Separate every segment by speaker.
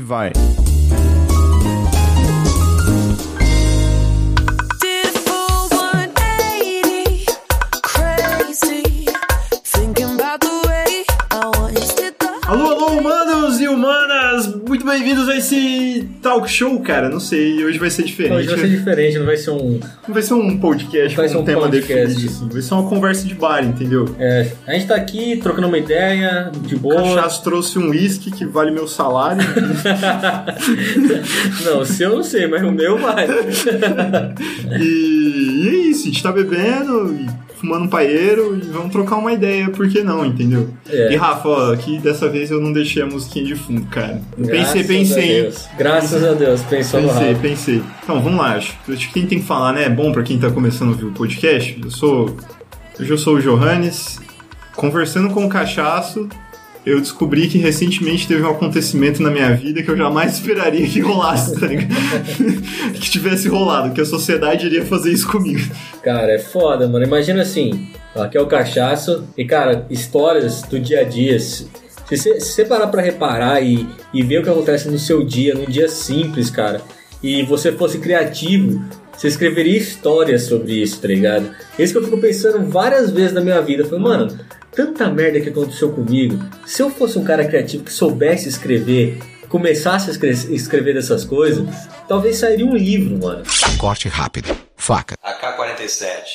Speaker 1: vai.
Speaker 2: Did a full 180, crazy, thinking about the way I once did the
Speaker 3: Alô, alô, humanos e humanas! Muito bem-vindos a esse talk show, cara. Não sei, hoje vai ser diferente.
Speaker 4: Hoje vai ser diferente, não vai ser um.
Speaker 3: Não vai ser um podcast
Speaker 4: Vai
Speaker 3: com
Speaker 4: ser
Speaker 3: um,
Speaker 4: um
Speaker 3: tema
Speaker 4: podcast.
Speaker 3: definido. assim. Vai ser uma conversa de bar, entendeu?
Speaker 4: é, a gente tá aqui trocando uma ideia, de
Speaker 3: O
Speaker 4: boa.
Speaker 3: Cachaço trouxe um uísque que vale meu salário.
Speaker 4: Não, o seu eu não sei, mas o meu vai.
Speaker 3: e, e é isso, a gente tá bebendo e fumando um paeiro e vamos trocar uma ideia, por que não, entendeu?
Speaker 4: É.
Speaker 3: E Rafa, ó, aqui dessa vez eu não deixei a musiquinha de fundo, cara. Eu pensei,
Speaker 4: Graças
Speaker 3: pensei,
Speaker 4: a
Speaker 3: hein?
Speaker 4: Deus. Graças a Deus, pensou no
Speaker 3: Pensei,
Speaker 4: rabo.
Speaker 3: pensei. Então, vamos lá. Acho acho que quem tem que falar, né? É bom pra quem tá começando a ouvir o podcast. Eu sou. Hoje eu sou o Johannes. Conversando com o cachaço, eu descobri que recentemente teve um acontecimento na minha vida que eu jamais esperaria que rolasse, tá ligado? que tivesse rolado, que a sociedade iria fazer isso comigo.
Speaker 4: Cara, é foda, mano. Imagina assim, aqui é o cachaço e, cara, histórias do dia a dia. Se você, se você parar pra reparar e, e ver o que acontece no seu dia, num dia simples, cara, e você fosse criativo, você escreveria histórias sobre isso, tá ligado? Isso que eu fico pensando várias vezes na minha vida. Eu falei, mano, tanta merda que aconteceu comigo. Se eu fosse um cara criativo que soubesse escrever, começasse a escre- escrever dessas coisas, talvez sairia um livro, mano.
Speaker 5: Corte rápido. Faca.
Speaker 6: AK-47.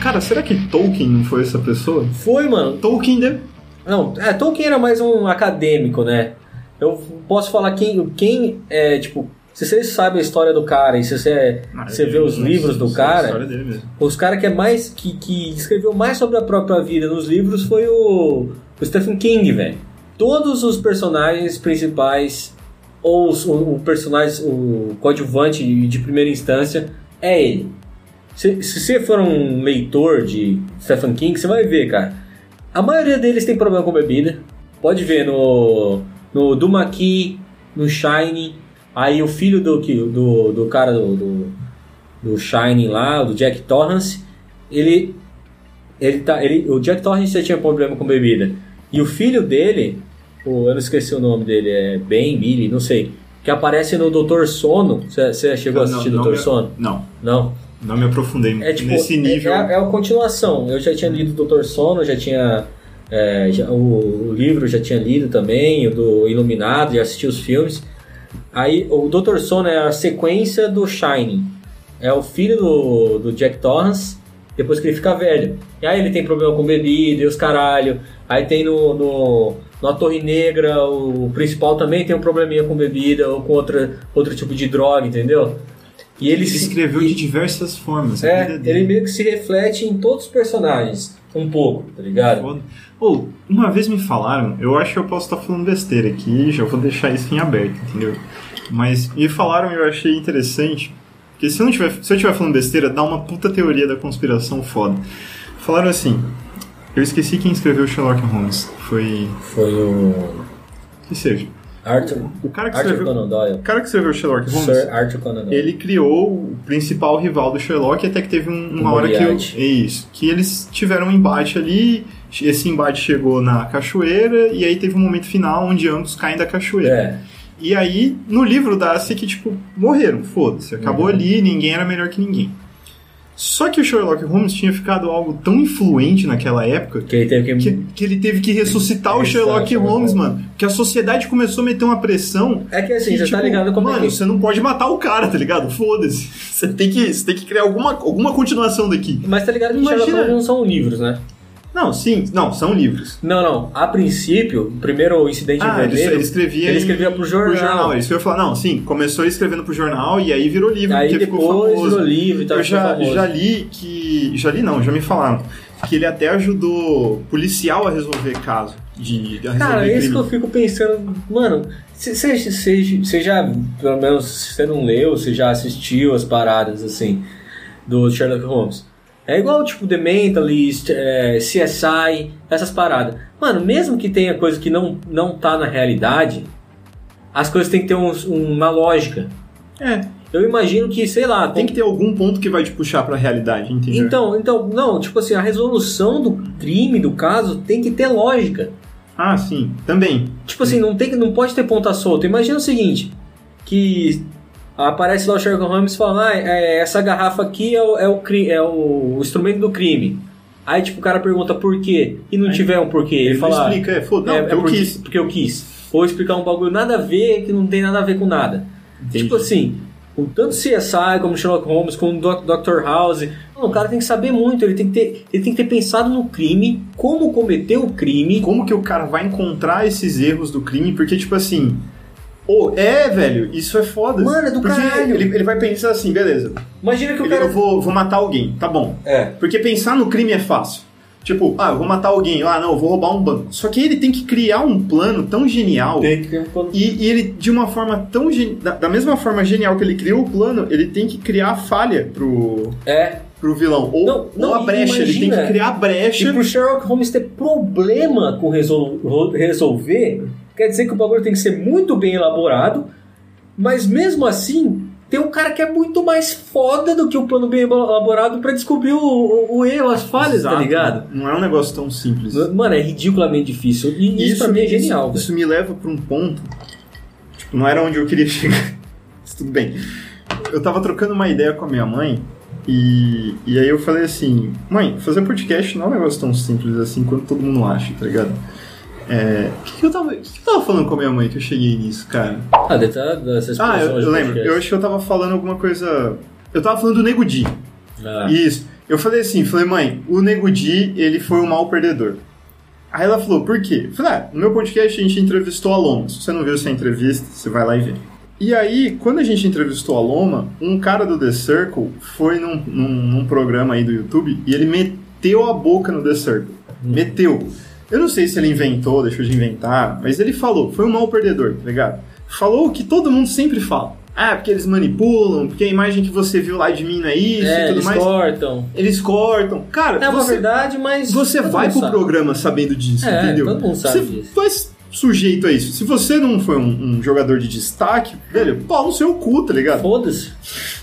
Speaker 3: Cara, será que Tolkien não foi essa pessoa?
Speaker 4: Foi, mano.
Speaker 3: Tolkien né? deve.
Speaker 4: Não, é, Tolkien era mais um acadêmico, né? Eu posso falar quem, quem é, tipo, se você sabe a história do cara e se você, você vê os
Speaker 3: Ah, Não,
Speaker 4: livros do
Speaker 3: isso é a história
Speaker 4: cara,
Speaker 3: dele mesmo.
Speaker 4: os cara que é mais que, que escreveu mais sobre a própria vida nos livros foi o, o Stephen King, velho. Todos os personagens principais ou os- o, o personagem, o coadjuvante de primeira instância é ele. Se, se você for um leitor de Stephen King, você vai ver, cara. A maioria deles tem problema com bebida. Pode ver no, no Dumaki, no Shine. Aí o filho do, que- do, do cara do, do, do Shine lá, do Jack Torrance, ele. ele, tá, ele o Jack Torrance já tinha problema com bebida. E o filho dele, o, eu não esqueci o nome dele, é Ben, Billy, não sei. Que aparece no Doutor Sono. Você- Você chegou a
Speaker 3: Não,
Speaker 4: assistir
Speaker 3: não
Speaker 4: Doutor
Speaker 3: me-
Speaker 4: Sono?
Speaker 3: Não,
Speaker 4: Não.
Speaker 3: não me aprofundei
Speaker 4: É tipo,
Speaker 3: nesse nível.
Speaker 4: É, é, a continuação. Eu já tinha lido Doutor Sono, já tinha. é, já- o, o livro eu já tinha lido também, o do Iluminado, já assisti os filmes. Aí o Doutor Sono é a sequência do Shining. É o filho do, do Jack Torrance, depois que ele fica velho. E aí ele tem problema com bebida e os caralho. Aí tem no, no, na Torre Negra, o principal também tem um probleminha com bebida ou com outra, outro tipo de droga, entendeu? E ele,
Speaker 3: Ele
Speaker 4: se-
Speaker 3: escreveu
Speaker 4: e-
Speaker 3: de diversas formas. a
Speaker 4: é,
Speaker 3: vida dele.
Speaker 4: ele meio que se reflete em todos os personagens, um pouco, tá ligado?
Speaker 3: Foda. Ou, uma vez me falaram, eu acho que eu posso estar falando besteira aqui, já vou deixar isso em aberto, entendeu? Mas me falaram e eu achei interessante, porque se eu, não tiver, se eu tiver falando besteira, dá uma puta teoria da conspiração foda. Falaram assim, eu esqueci quem escreveu Sherlock Holmes, foi...
Speaker 4: Foi o
Speaker 3: que seja.
Speaker 4: Arthur,
Speaker 3: O cara que
Speaker 4: Arthur
Speaker 3: escreveu...
Speaker 4: Conan Doyle.
Speaker 3: O cara que escreveu Sherlock Holmes...
Speaker 4: Sir Arthur Conan Doyle.
Speaker 3: Ele criou o principal rival do Sherlock até que teve um- uma
Speaker 4: O
Speaker 3: hora que, eu-
Speaker 4: Moriarty.
Speaker 3: é isso, que eles tiveram um embate ali. Esse embate chegou na cachoeira e aí teve um momento final onde ambos caem da cachoeira.
Speaker 4: É,
Speaker 3: E aí no livro dá-se que tipo morreram, foda-se, acabou
Speaker 4: Uhum.
Speaker 3: ali, ninguém era melhor que ninguém. Só que o Sherlock Holmes tinha ficado algo tão influente naquela época
Speaker 4: que ele teve que...
Speaker 3: que, que ele teve que ressuscitar o
Speaker 4: Exato,
Speaker 3: Sherlock
Speaker 4: é
Speaker 3: Holmes,
Speaker 4: verdade.
Speaker 3: mano. Que a sociedade começou a meter uma pressão
Speaker 4: É que assim,
Speaker 3: e,
Speaker 4: você
Speaker 3: tipo,
Speaker 4: tá ligado como
Speaker 3: mano,
Speaker 4: é que...
Speaker 3: você não pode matar o cara, tá ligado? Foda-se. Você tem que, você tem que criar alguma, alguma continuação daqui.
Speaker 4: Mas tá ligado que
Speaker 3: Imagina-
Speaker 4: Sherlock Holmes não são livros, né?
Speaker 3: Não, sim, não, são livros.
Speaker 4: Não, não. A princípio, o primeiro incidente
Speaker 3: Ah, ele,
Speaker 4: vermelho...
Speaker 3: ele escrevia,
Speaker 4: ele
Speaker 3: em- é
Speaker 4: escrevia pro jornal.
Speaker 3: Ele escreveu falar, não, sim, começou escrevendo pro jornal e aí virou livro,
Speaker 4: Aí
Speaker 3: porque ficou
Speaker 4: depois
Speaker 3: famoso.
Speaker 4: virou livro e tal.
Speaker 3: Eu
Speaker 4: ficou
Speaker 3: já,
Speaker 4: famoso.
Speaker 3: já li que. Já li não, já me falaram. Que ele até ajudou policial a resolver caso. De, a resolver
Speaker 4: Cara, é
Speaker 3: crime.
Speaker 4: isso que eu fico pensando, mano, você já, pelo menos, se você não leu, você já assistiu as paradas, assim, do Sherlock Holmes. É igual, tipo, The Mentalist, é, CSI, essas paradas. Mano, mesmo que tenha coisa que não, não tá na realidade, as coisas têm que ter uns- uma lógica.
Speaker 3: É.
Speaker 4: Eu imagino que, sei lá,
Speaker 3: Tem que ter algum ponto que vai te puxar pra realidade, entendeu?
Speaker 4: Então, então, não, tipo assim, a resolução do crime, do caso, tem que ter lógica.
Speaker 3: Ah, sim, também.
Speaker 4: Tipo assim, não, tem, que- não pode ter ponta solta. Imagina o seguinte, que aparece lá o Sherlock Holmes e fala, ah, é, essa garrafa aqui é o, é, o, cri- é o instrumento do crime. Aí tipo o cara pergunta por quê e não tiver um porquê. Ele,
Speaker 3: Ele não
Speaker 4: fala,
Speaker 3: explica, é, foda, não,
Speaker 4: é,
Speaker 3: porque
Speaker 4: é
Speaker 3: eu
Speaker 4: porque,
Speaker 3: quis.
Speaker 4: porque eu quis. Ou explicar um bagulho nada a ver, que não tem nada a ver com nada.
Speaker 3: Entendi.
Speaker 4: Tipo assim, o tanto CSI como Sherlock Holmes, como Doc- Dr. House, mano, o cara tem que saber muito, ele tem que, ter, ele tem que ter pensado no crime, como cometer o crime.
Speaker 3: Como que o cara vai encontrar esses erros do crime? Porque, tipo assim. Ô, é, velho, isso é foda.
Speaker 4: Mano, é do
Speaker 3: Porque
Speaker 4: caralho.
Speaker 3: Ele, ele vai pensar assim, beleza.
Speaker 4: Imagina que o
Speaker 3: ele- é
Speaker 4: cara.
Speaker 3: Eu vou, vou matar alguém, tá bom.
Speaker 4: É.
Speaker 3: Porque pensar no crime é fácil. Tipo, ah, eu vou matar alguém, ah, não, eu vou roubar um banco. Só que ele tem que criar um plano tão genial.
Speaker 4: Tem que ter um plano.
Speaker 3: E, e ele, de uma forma tão. gen- Da, da mesma forma genial que ele criou o plano, ele tem que criar a falha pro,
Speaker 4: É.
Speaker 3: pro vilão. Ou,
Speaker 4: Não, não,
Speaker 3: ou a
Speaker 4: e
Speaker 3: brecha, ele tem
Speaker 4: imagina-
Speaker 3: que criar a brecha.
Speaker 4: E pro Sherlock Holmes ter problema com resol- ro- resolver, quer dizer que o bagulho tem que ser muito bem elaborado, mas mesmo assim, tem um cara que é muito mais foda do que o plano bem elaborado pra descobrir o, o- o erro, as falhas,
Speaker 3: Exato.
Speaker 4: tá ligado?
Speaker 3: Não é um negócio tão simples.
Speaker 4: Mano, é ridiculamente difícil. E isso, pra mim é genial.
Speaker 3: Isso,
Speaker 4: velho.
Speaker 3: me leva pra um ponto. Tipo, não era onde eu queria chegar. Mas tudo bem. Eu tava trocando uma ideia com a minha mãe. E, e aí eu falei assim: Mãe, fazer podcast não é um negócio tão simples assim quanto todo mundo acha, tá ligado? É, o que, que eu tava, o que que eu tava falando com a minha mãe que eu cheguei nisso, cara?
Speaker 4: Ah, deve tá dessa
Speaker 3: Ah,
Speaker 4: explosão
Speaker 3: eu,
Speaker 4: de
Speaker 3: eu lembro.
Speaker 4: podcast.
Speaker 3: Eu acho que eu tava falando alguma coisa. Eu tava falando do Nego Di.
Speaker 4: Ah,
Speaker 3: Isso. Eu falei assim, falei, mãe, o Nego Di, ele foi um mau perdedor. Aí ela falou, por quê? Eu falei, ah, no meu podcast a gente entrevistou a Loma. Se você não viu essa entrevista, você vai lá e vê. E aí, quando a gente entrevistou a Loma, um cara do The Circle foi num, num, num programa aí do YouTube e ele meteu a boca no The Circle.
Speaker 4: Hum.
Speaker 3: Meteu. Eu não sei se ele inventou, deixou de inventar, mas ele falou, foi um mau perdedor, tá ligado? Falou o que todo mundo sempre fala. Ah, porque eles manipulam, porque a imagem que você viu lá de mim não é isso
Speaker 4: é,
Speaker 3: e tudo
Speaker 4: eles
Speaker 3: mais.
Speaker 4: cortam.
Speaker 3: Eles cortam. Cara,
Speaker 4: É uma
Speaker 3: você,
Speaker 4: verdade, mas.
Speaker 3: você
Speaker 4: todo
Speaker 3: vai
Speaker 4: mundo
Speaker 3: pro
Speaker 4: sabe.
Speaker 3: programa sabendo disso,
Speaker 4: É,
Speaker 3: entendeu?
Speaker 4: todo mundo sabe
Speaker 3: você
Speaker 4: disso.
Speaker 3: vai sujeito a isso. Se você não foi um, um jogador de destaque, velho, pau no seu cu, tá ligado?
Speaker 4: Foda-se.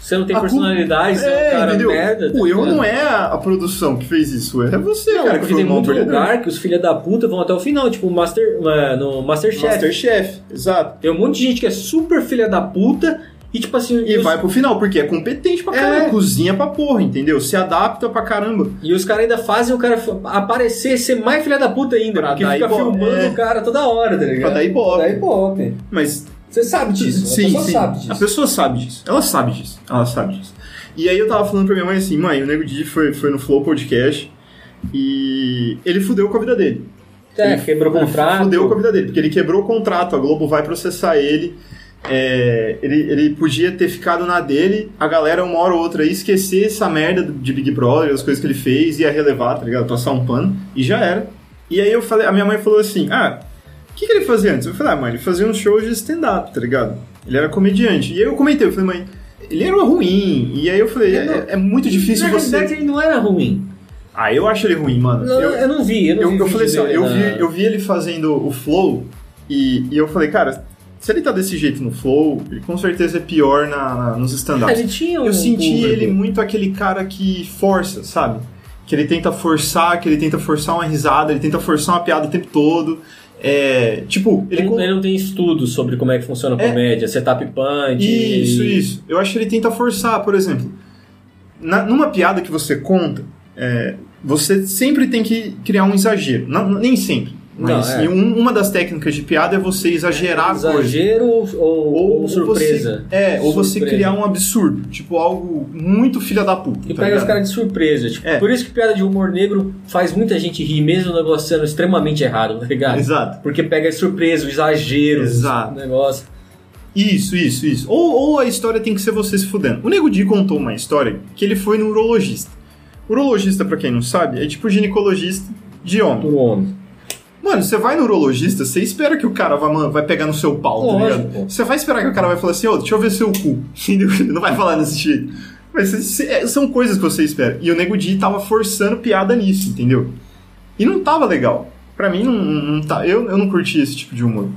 Speaker 4: Você não tem
Speaker 3: A culpa-
Speaker 4: personalidade, você é um cara merda. tá
Speaker 3: o erro
Speaker 4: ligado?
Speaker 3: não é a, a produção que fez isso, o erro é você,
Speaker 4: Não,
Speaker 3: cara, que
Speaker 4: porque
Speaker 3: foi
Speaker 4: tem
Speaker 3: um mau
Speaker 4: muito
Speaker 3: perdedor.
Speaker 4: lugar que os filha da puta vão até o final, tipo o Master, eh, no Masterchef.
Speaker 3: Masterchef, exato.
Speaker 4: Tem um monte de gente que é super filha da puta e tipo assim.
Speaker 3: E
Speaker 4: os,
Speaker 3: vai pro final, porque é competente pra
Speaker 4: É.
Speaker 3: caramba, cozinha pra porra, entendeu? Se adapta pra caramba.
Speaker 4: e os caras ainda fazem o cara f- aparecer ser mais filha da puta ainda,
Speaker 3: Pra
Speaker 4: porque
Speaker 3: dar
Speaker 4: fica
Speaker 3: ibope,
Speaker 4: filmando
Speaker 3: é.
Speaker 4: o cara toda hora, tá ligado?
Speaker 3: Pra dar ibope.
Speaker 4: Pra dar ibope.
Speaker 3: Mas
Speaker 4: Você sabe disso, né? a pessoa sabe disso.
Speaker 3: A pessoa sabe disso. Ela sabe disso. Ela sabe disso. E aí eu tava falando pra minha mãe assim, mãe, o Nego Di foi, foi no Flow Podcast e ele fudeu com a vida dele.
Speaker 4: É, quebrou o contrato.
Speaker 3: Fudeu com a vida dele, porque ele quebrou o contrato, a Globo vai processar ele. É, ele, ele podia ter ficado na dele, a galera uma hora ou outra ia esquecer essa merda de Big Brother, as coisas que ele fez, ia relevar, tá ligado? Passar um pano, e já era. E aí eu falei, a minha mãe falou assim: Ah, o que, que ele fazia antes? Eu falei, ah, mãe, ele fazia um show de stand-up, tá ligado? Ele era comediante. E aí eu comentei, eu falei, mãe, ele era ruim. E aí eu falei,
Speaker 4: Eu não-
Speaker 3: é, é muito difícil
Speaker 4: Na
Speaker 3: você.
Speaker 4: realidade, ele não era ruim.
Speaker 3: Ah, eu acho ele ruim, mano.
Speaker 4: Não, eu,
Speaker 3: Eu-
Speaker 4: não vi, eu não né?
Speaker 3: eu, eu
Speaker 4: vi. vídeo
Speaker 3: falei assim, ó,
Speaker 4: dele
Speaker 3: eu
Speaker 4: na-
Speaker 3: vi, eu vi ele fazendo o flow e, e eu falei, cara, se ele tá desse jeito no flow, ele com certeza é pior na, na- nos
Speaker 4: Ah,
Speaker 3: stand-ups.
Speaker 4: ele tinha um
Speaker 3: Eu senti
Speaker 4: público.
Speaker 3: ele muito aquele cara que força, sabe? Que ele tenta forçar, que ele tenta forçar uma risada, ele tenta forçar uma piada o tempo todo. É, tipo, ele,
Speaker 4: Ele,
Speaker 3: con-
Speaker 4: ele não tem estudo sobre como é que funciona a
Speaker 3: É.
Speaker 4: comédia, setup punch.
Speaker 3: Isso,
Speaker 4: e-
Speaker 3: isso. Eu acho que ele tenta forçar, por exemplo. na- numa piada que você conta, é, você sempre tem que criar um exagero. Não- nem sempre.
Speaker 4: Não,
Speaker 3: Mas
Speaker 4: é.
Speaker 3: e um- uma das técnicas de piada é você exagerar a coisa.
Speaker 4: Exagero ou, ou, ou surpresa.
Speaker 3: Você, é, ou você
Speaker 4: Surpresa.
Speaker 3: criar um absurdo. Tipo, algo muito filha da puta.
Speaker 4: E
Speaker 3: tá
Speaker 4: pega os
Speaker 3: ligado?
Speaker 4: caras de surpresa. tipo,
Speaker 3: É.
Speaker 4: Por isso que piada de humor negro faz muita gente rir, mesmo o negócio sendo extremamente errado, tá ligado?
Speaker 3: Exato.
Speaker 4: Porque pega de surpresa, o exagero
Speaker 3: Exato.
Speaker 4: do negócio.
Speaker 3: Isso, isso, isso. Ou, ou a história tem que ser você se fudendo. O Nego Di contou uma história que ele foi no urologista. Urologista, pra quem não sabe, é tipo ginecologista de homem.
Speaker 4: Por homem.
Speaker 3: Mano, você vai no urologista, você espera que o cara vai, mano, vai pegar no seu pau, tá
Speaker 4: Lógico,
Speaker 3: ligado?
Speaker 4: pô.
Speaker 3: Você vai esperar que o cara vai falar assim, ô, deixa eu ver seu cu. Entendeu? Ele não vai falar desse jeito. Mas cê- cê- é, são coisas que você espera. E o Nego Di tava forçando piada nisso, entendeu? E não tava legal. Pra mim, não, não, não tá. Eu, eu não curti esse tipo de humor.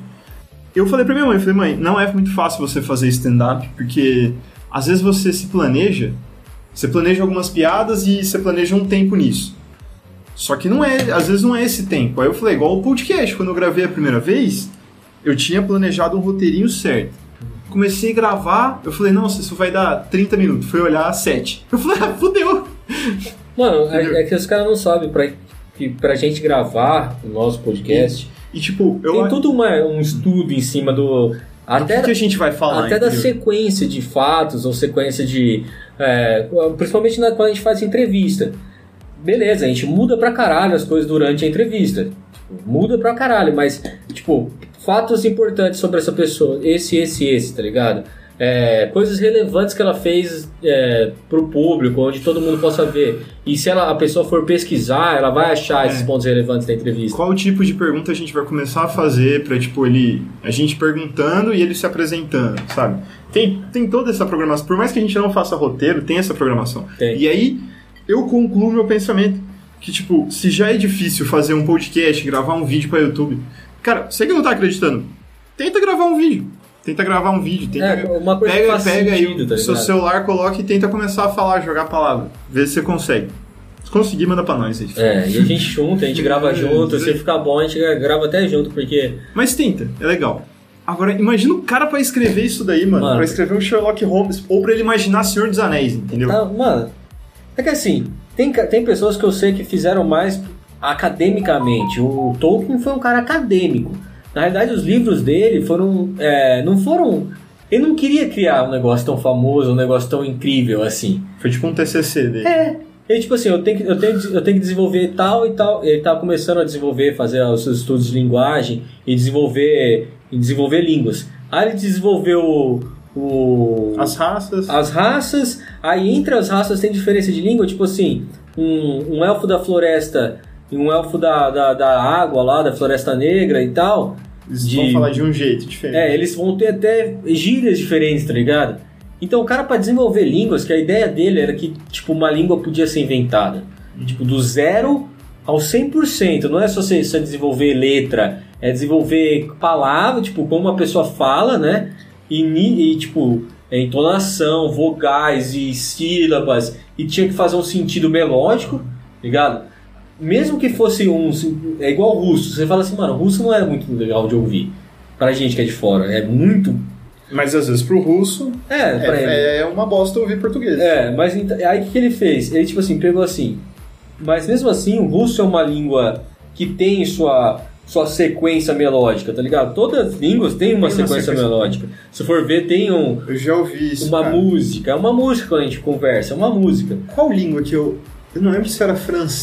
Speaker 3: Eu falei pra minha mãe, eu falei, mãe, não é muito fácil você fazer stand-up, porque Às vezes você se planeja, você planeja algumas piadas e você planeja um tempo nisso. Só que não é, às vezes não é esse tempo. Aí eu falei, igual o podcast, quando eu gravei a primeira vez, eu tinha planejado um roteirinho certo. Comecei a gravar, eu falei, nossa, isso vai dar 30 minutos. Foi olhar 7. Eu falei, ah, fudeu!
Speaker 4: Mano, é, é que os caras não sabem pra, que pra gente gravar o nosso podcast.
Speaker 3: E tipo, eu.
Speaker 4: Tem tudo uma- um estudo em cima do.
Speaker 3: o que
Speaker 4: Até,
Speaker 3: que a gente vai falar?
Speaker 4: até da
Speaker 3: entendeu?
Speaker 4: sequência de fatos ou sequência de. é, principalmente na, quando a gente faz entrevista. Beleza, a gente muda pra caralho as coisas durante a entrevista. Tipo, muda pra caralho, mas, tipo, fatos importantes sobre essa pessoa, esse, esse, esse, tá ligado? É, coisas relevantes que ela fez é, pro público, onde todo mundo possa ver. E se ela, a pessoa for pesquisar, ela vai achar esses
Speaker 3: É.
Speaker 4: pontos relevantes da entrevista.
Speaker 3: Qual tipo de pergunta a gente vai começar a fazer pra, tipo, ele. A gente perguntando e ele se apresentando, sabe? Tem, tem toda essa programação. Por mais que a gente não faça roteiro, tem essa programação.
Speaker 4: Tem.
Speaker 3: E aí eu concluo meu pensamento. Que, tipo, se já é difícil fazer um podcast, gravar um vídeo pra YouTube. Cara, você que não tá acreditando, tenta gravar um vídeo. Tenta gravar um vídeo, tenta.
Speaker 4: É, uma coisa que
Speaker 3: pega
Speaker 4: faz
Speaker 3: pega aí
Speaker 4: sentido, tá
Speaker 3: o seu
Speaker 4: ligado?
Speaker 3: celular, coloca e tenta começar a falar, jogar a palavra. Vê se você consegue. Se conseguir, manda pra nós aí.
Speaker 4: É, e a gente junta, a gente grava junto, se ficar bom, a gente grava até junto, porque.
Speaker 3: Mas tenta, é legal. Agora, imagina o cara pra escrever isso daí, mano.
Speaker 4: Mano.
Speaker 3: Pra escrever um Sherlock Holmes. Ou pra ele imaginar Senhor dos Anéis, entendeu?
Speaker 4: Ah, mano, é que assim, tem, ca- tem pessoas que eu sei que fizeram mais academicamente. O Tolkien foi um cara acadêmico. Na realidade, os livros dele foram. é, não foram. Ele não queria criar um negócio tão famoso, um negócio tão incrível assim.
Speaker 3: Foi tipo um TCC dele.
Speaker 4: Ele, tipo assim, eu tenho, que, eu, tenho, que- eu tenho que desenvolver tal e tal. Ele tava começando a desenvolver, fazer os seus estudos de linguagem e desenvolver, e desenvolver línguas. Aí ele desenvolveu o. o-
Speaker 3: As raças.
Speaker 4: as raças, aí entre as raças tem diferença de língua, tipo assim, um, um elfo da floresta e um elfo da, da, da água lá, da floresta negra e tal.
Speaker 3: Eles
Speaker 4: de-
Speaker 3: vão falar de um jeito diferente.
Speaker 4: É, eles vão ter até gírias diferentes, tá ligado? Então o cara pra desenvolver línguas, que a ideia dele era que tipo uma língua podia ser inventada, tipo do zero ao 100%, não é só você só desenvolver letra, é desenvolver palavra, tipo como uma pessoa fala, né? E, ni- e, tipo é, entonação, vogais e sílabas e tinha que fazer um sentido melódico, tá ligado? Mesmo que fosse um é igual russo, você fala assim, mano, russo não era muito legal de ouvir pra gente que é de fora. É muito.
Speaker 3: Mas às vezes pro russo
Speaker 4: É,
Speaker 3: é,
Speaker 4: pra ele.
Speaker 3: é uma bosta ouvir português.
Speaker 4: É, mas ent- aí o que, que ele fez? Ele, tipo assim, pegou assim. Mas mesmo assim, o russo é uma língua que tem sua, sua sequência melódica, tá ligado? Todas as línguas têm uma,
Speaker 3: Tem uma
Speaker 4: sequência,
Speaker 3: sequência.
Speaker 4: melódica. Se for ver, tem um,
Speaker 3: Eu já ouvi isso.
Speaker 4: uma
Speaker 3: cara.
Speaker 4: música. É uma música quando a gente conversa, é uma música.
Speaker 3: Qual língua que eu. Eu não lembro se era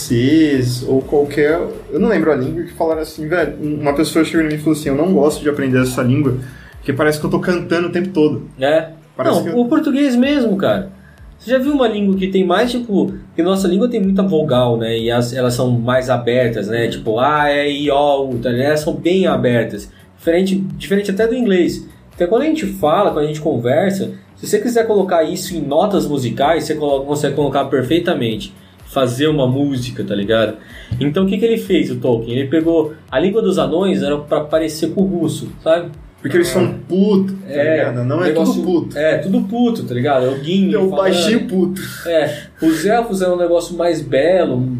Speaker 3: francês ou qualquer. Eu não lembro a língua que falaram assim, velho. Uma pessoa chegou em mim e falou assim: Eu não gosto de aprender essa língua, porque parece que eu tô cantando o tempo todo.
Speaker 4: É.
Speaker 3: Parece
Speaker 4: não,
Speaker 3: que-
Speaker 4: o português mesmo, cara. Você já viu uma língua que tem mais, tipo, que nossa língua tem muita vogal, né? E as- elas são mais abertas, né? Tipo, A, E, I, O, U, tá ligado? Elas são bem abertas. Diferente, diferente até do inglês. Então, quando a gente fala, quando a gente conversa, se você quiser colocar isso em notas musicais, você colo- consegue colocar perfeitamente. Fazer uma música, tá ligado? Então, o que, que ele fez, o Tolkien? Ele pegou. A língua dos anões era pra parecer com o russo, sabe?
Speaker 3: Porque eles são puto, tá ligado? Não é
Speaker 4: É. negócio-
Speaker 3: tudo puto.
Speaker 4: É, tudo puto, tá ligado? É o Guinho.
Speaker 3: Eu
Speaker 4: falando.
Speaker 3: baixinho puto.
Speaker 4: É, os elfos eram um negócio mais belo, um-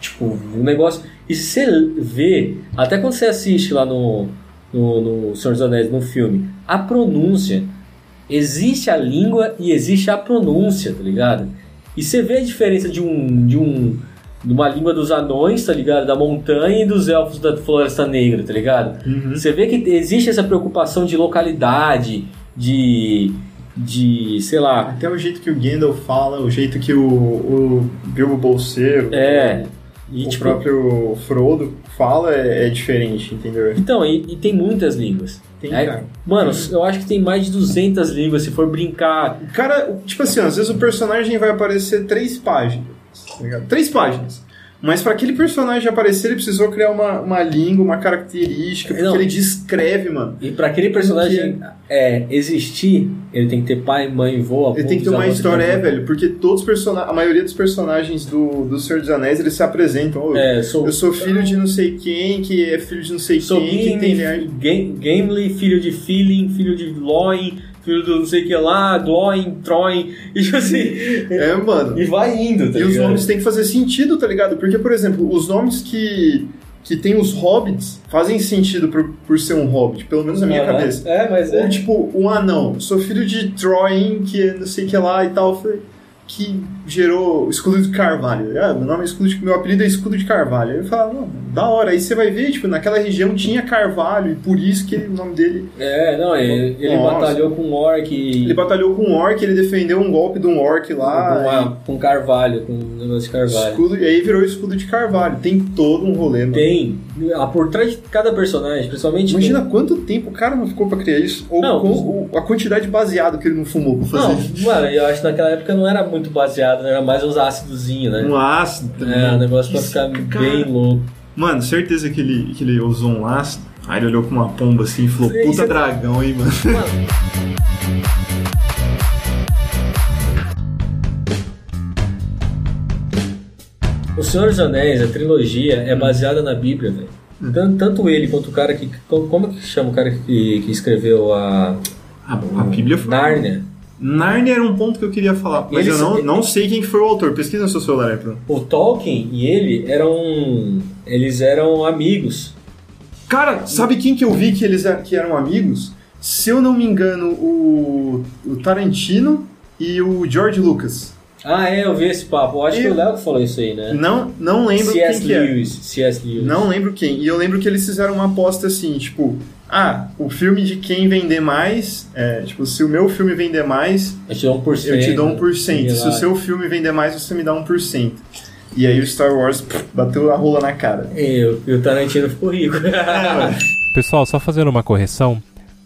Speaker 4: tipo, um negócio. E se você vê, até quando você assiste lá no, no, no Senhor dos Anéis, no filme, a pronúncia. Existe a língua e existe a pronúncia, tá ligado? E você vê a diferença de um. de um. de uma língua dos anões, tá ligado? Da montanha e dos elfos da floresta negra, tá ligado? Você vê que existe essa preocupação de localidade, de. de. sei lá.
Speaker 3: Até o jeito que o Gandalf fala, o jeito que o, o Bilbo Bolseiro,
Speaker 4: É. E,
Speaker 3: o
Speaker 4: tipo,
Speaker 3: próprio Frodo fala é, é diferente, entendeu?
Speaker 4: Então, e, e tem muitas línguas.
Speaker 3: Tem,
Speaker 4: É,
Speaker 3: cara.
Speaker 4: Mano, eu acho que tem mais de 200 línguas se for brincar.
Speaker 3: O cara, tipo assim, às vezes o personagem vai aparecer três páginas. tá ligado? Três páginas. Mas pra aquele personagem aparecer, ele precisou criar uma, uma língua, uma característica, porque
Speaker 4: Não.
Speaker 3: ele descreve, mano.
Speaker 4: E pra aquele personagem é, existir, ele tem que ter pai, mãe, vó,
Speaker 3: Ele
Speaker 4: avô,
Speaker 3: tem que ter uma
Speaker 4: bisavô,
Speaker 3: história, é,
Speaker 4: trisavô.
Speaker 3: velho, porque todos os persona- a maioria dos personagens do, do Senhor dos Anéis, eles se apresentam. "Ô,
Speaker 4: É, sou,
Speaker 3: Eu sou filho de não sei quem, que é filho de não sei
Speaker 4: sou
Speaker 3: quem, que tem
Speaker 4: Gimli,
Speaker 3: nerd.
Speaker 4: Gam- Gamli, filho de Filin, filho de Loin, filho do não sei o que lá, Doin, Troin, e tipo assim.
Speaker 1: É, mano.
Speaker 4: E vai indo, tá
Speaker 1: e os
Speaker 4: ligado?
Speaker 1: nomes têm que fazer sentido, tá ligado? Porque, por exemplo, os nomes que, que tem os hobbits fazem sentido por, por ser um hobbit, pelo menos na minha
Speaker 4: Aham.
Speaker 1: cabeça.
Speaker 4: É, mas é.
Speaker 1: Ou tipo, um anão, sou filho de Troin, que é não sei o que lá e tal, foi- que gerou escudo de carvalho. Ah, meu nome é escudo de, meu apelido é escudo de carvalho. Aí eu falava, não, da hora. Aí você vai ver, tipo, naquela região tinha carvalho, e por isso que o nome dele.
Speaker 4: É, não, ele, ele
Speaker 1: Nossa.
Speaker 4: batalhou com um orc e.
Speaker 1: Ele batalhou com um orc, ele defendeu um golpe de um orc
Speaker 4: com,
Speaker 1: lá.
Speaker 4: uma- com carvalho, com um negócio de
Speaker 1: e
Speaker 4: carvalho.
Speaker 1: Escudo, e aí virou escudo de carvalho. Tem todo um rolê, mano.
Speaker 4: Tem, ah, por trás de cada personagem, principalmente.
Speaker 1: Imagina quanto tempo o cara não ficou pra criar isso, ou
Speaker 4: Não.
Speaker 1: com- o- a quantidade de baseado que ele não fumou pra
Speaker 4: Não,
Speaker 1: fazer.
Speaker 4: mano, eu acho que naquela época não era muito baseado, né? era mais uns ácidozinhos, né?
Speaker 3: Um ácido.
Speaker 4: É, o negócio pra ficar
Speaker 3: cara.
Speaker 4: bem louco.
Speaker 3: Mano, certeza que ele, que ele usou um ácido. Aí ele olhou com uma pomba assim e falou:
Speaker 4: Sim,
Speaker 3: Puta
Speaker 4: você-
Speaker 1: é
Speaker 3: dragão, hein, mano.
Speaker 4: O Senhor dos Anéis, a trilogia, é
Speaker 1: Uhum.
Speaker 4: baseada na Bíblia, velho. Tan- Tanto, ele quanto o cara que. co- Como que chama o cara que, que escreveu a.
Speaker 3: A, a Bíblia foi.
Speaker 4: Nárnia.
Speaker 3: Narnia era um ponto que eu queria falar, mas
Speaker 4: Ele-
Speaker 3: eu não, não sei quem foi o autor. Pesquisa no seu celular aí, Bruno.
Speaker 4: O Tolkien e ele eram. Eles eram amigos.
Speaker 3: Cara,
Speaker 1: Sabe quem que eu vi que eles er- que eram amigos? Se eu não me engano, o, o Tarantino e o George Lucas.
Speaker 4: Ah, é, eu vi esse papo. Eu acho que
Speaker 1: Eu-
Speaker 4: o Léo que falou isso aí, né?
Speaker 1: Não, não lembro
Speaker 4: C.S.
Speaker 1: quem que é.
Speaker 4: Lewis. C.S. Lewis.
Speaker 1: Não lembro quem. E eu lembro que eles fizeram uma aposta assim, tipo, ah, o filme de quem vender mais, é, tipo, se o meu filme vender mais,
Speaker 4: Eu te dou 1%.
Speaker 1: eu te dou 1%.
Speaker 4: sei
Speaker 1: Se
Speaker 4: lá.
Speaker 1: o seu filme vender mais, você me dá 1%. E aí o Star Wars pff, bateu a rola na cara.
Speaker 4: E o- e o Tarantino ficou rico.
Speaker 7: Pessoal, só fazendo uma correção.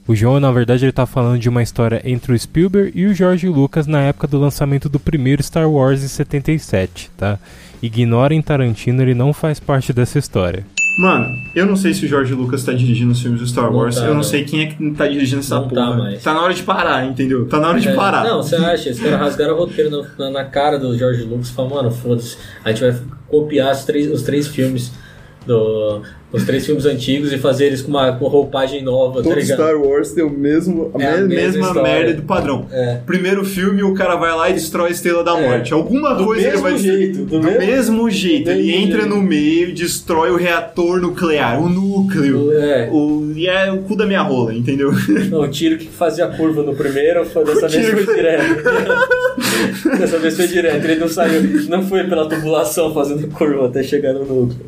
Speaker 7: O João, na verdade, ele tá falando de uma história entre o Spielberg e o George Lucas na época do lançamento do primeiro Star Wars em 77, tá? Ignorem Tarantino, ele não faz parte dessa história.
Speaker 3: Mano, eu não sei se o George Lucas tá dirigindo os filmes do Star
Speaker 4: Não
Speaker 3: Wars.
Speaker 4: tá,
Speaker 3: eu não
Speaker 4: não.
Speaker 3: sei quem é que tá dirigindo essa
Speaker 4: Não tá
Speaker 3: porra.
Speaker 4: mais.
Speaker 3: na hora de parar, entendeu? Tá na hora de
Speaker 4: É,
Speaker 3: parar.
Speaker 4: Não, você acha? Os caras rasgaram o roteiro na, na- na cara do George Lucas e falaram, mano, foda-se, a gente vai copiar os três, os três filmes. Do, os três filmes antigos e fazer eles com uma, com uma roupagem nova, tá
Speaker 1: Todo
Speaker 4: ligado?
Speaker 1: Star Wars deu o mesmo, a
Speaker 4: É a
Speaker 1: mesma
Speaker 4: mesma
Speaker 3: Mesma
Speaker 4: história.
Speaker 3: merda do padrão.
Speaker 4: É.
Speaker 3: Primeiro filme, o cara vai lá e destrói a Estrela da
Speaker 4: É.
Speaker 3: Morte. Alguma coisa ele vai destruir.
Speaker 4: do
Speaker 3: Do mesmo jeito,
Speaker 4: do
Speaker 3: ele
Speaker 4: mesmo
Speaker 3: entra
Speaker 4: jeito.
Speaker 3: no meio, destrói o reator nuclear, o núcleo.
Speaker 4: É,
Speaker 3: O, e é o cu da minha rola, entendeu?
Speaker 4: não, o tiro que fazia curva no primeiro, foi dessa vez
Speaker 3: tiro-
Speaker 4: foi direto. dessa vez foi direto, ele não saiu, não foi pela tubulação fazendo curva até chegar no núcleo.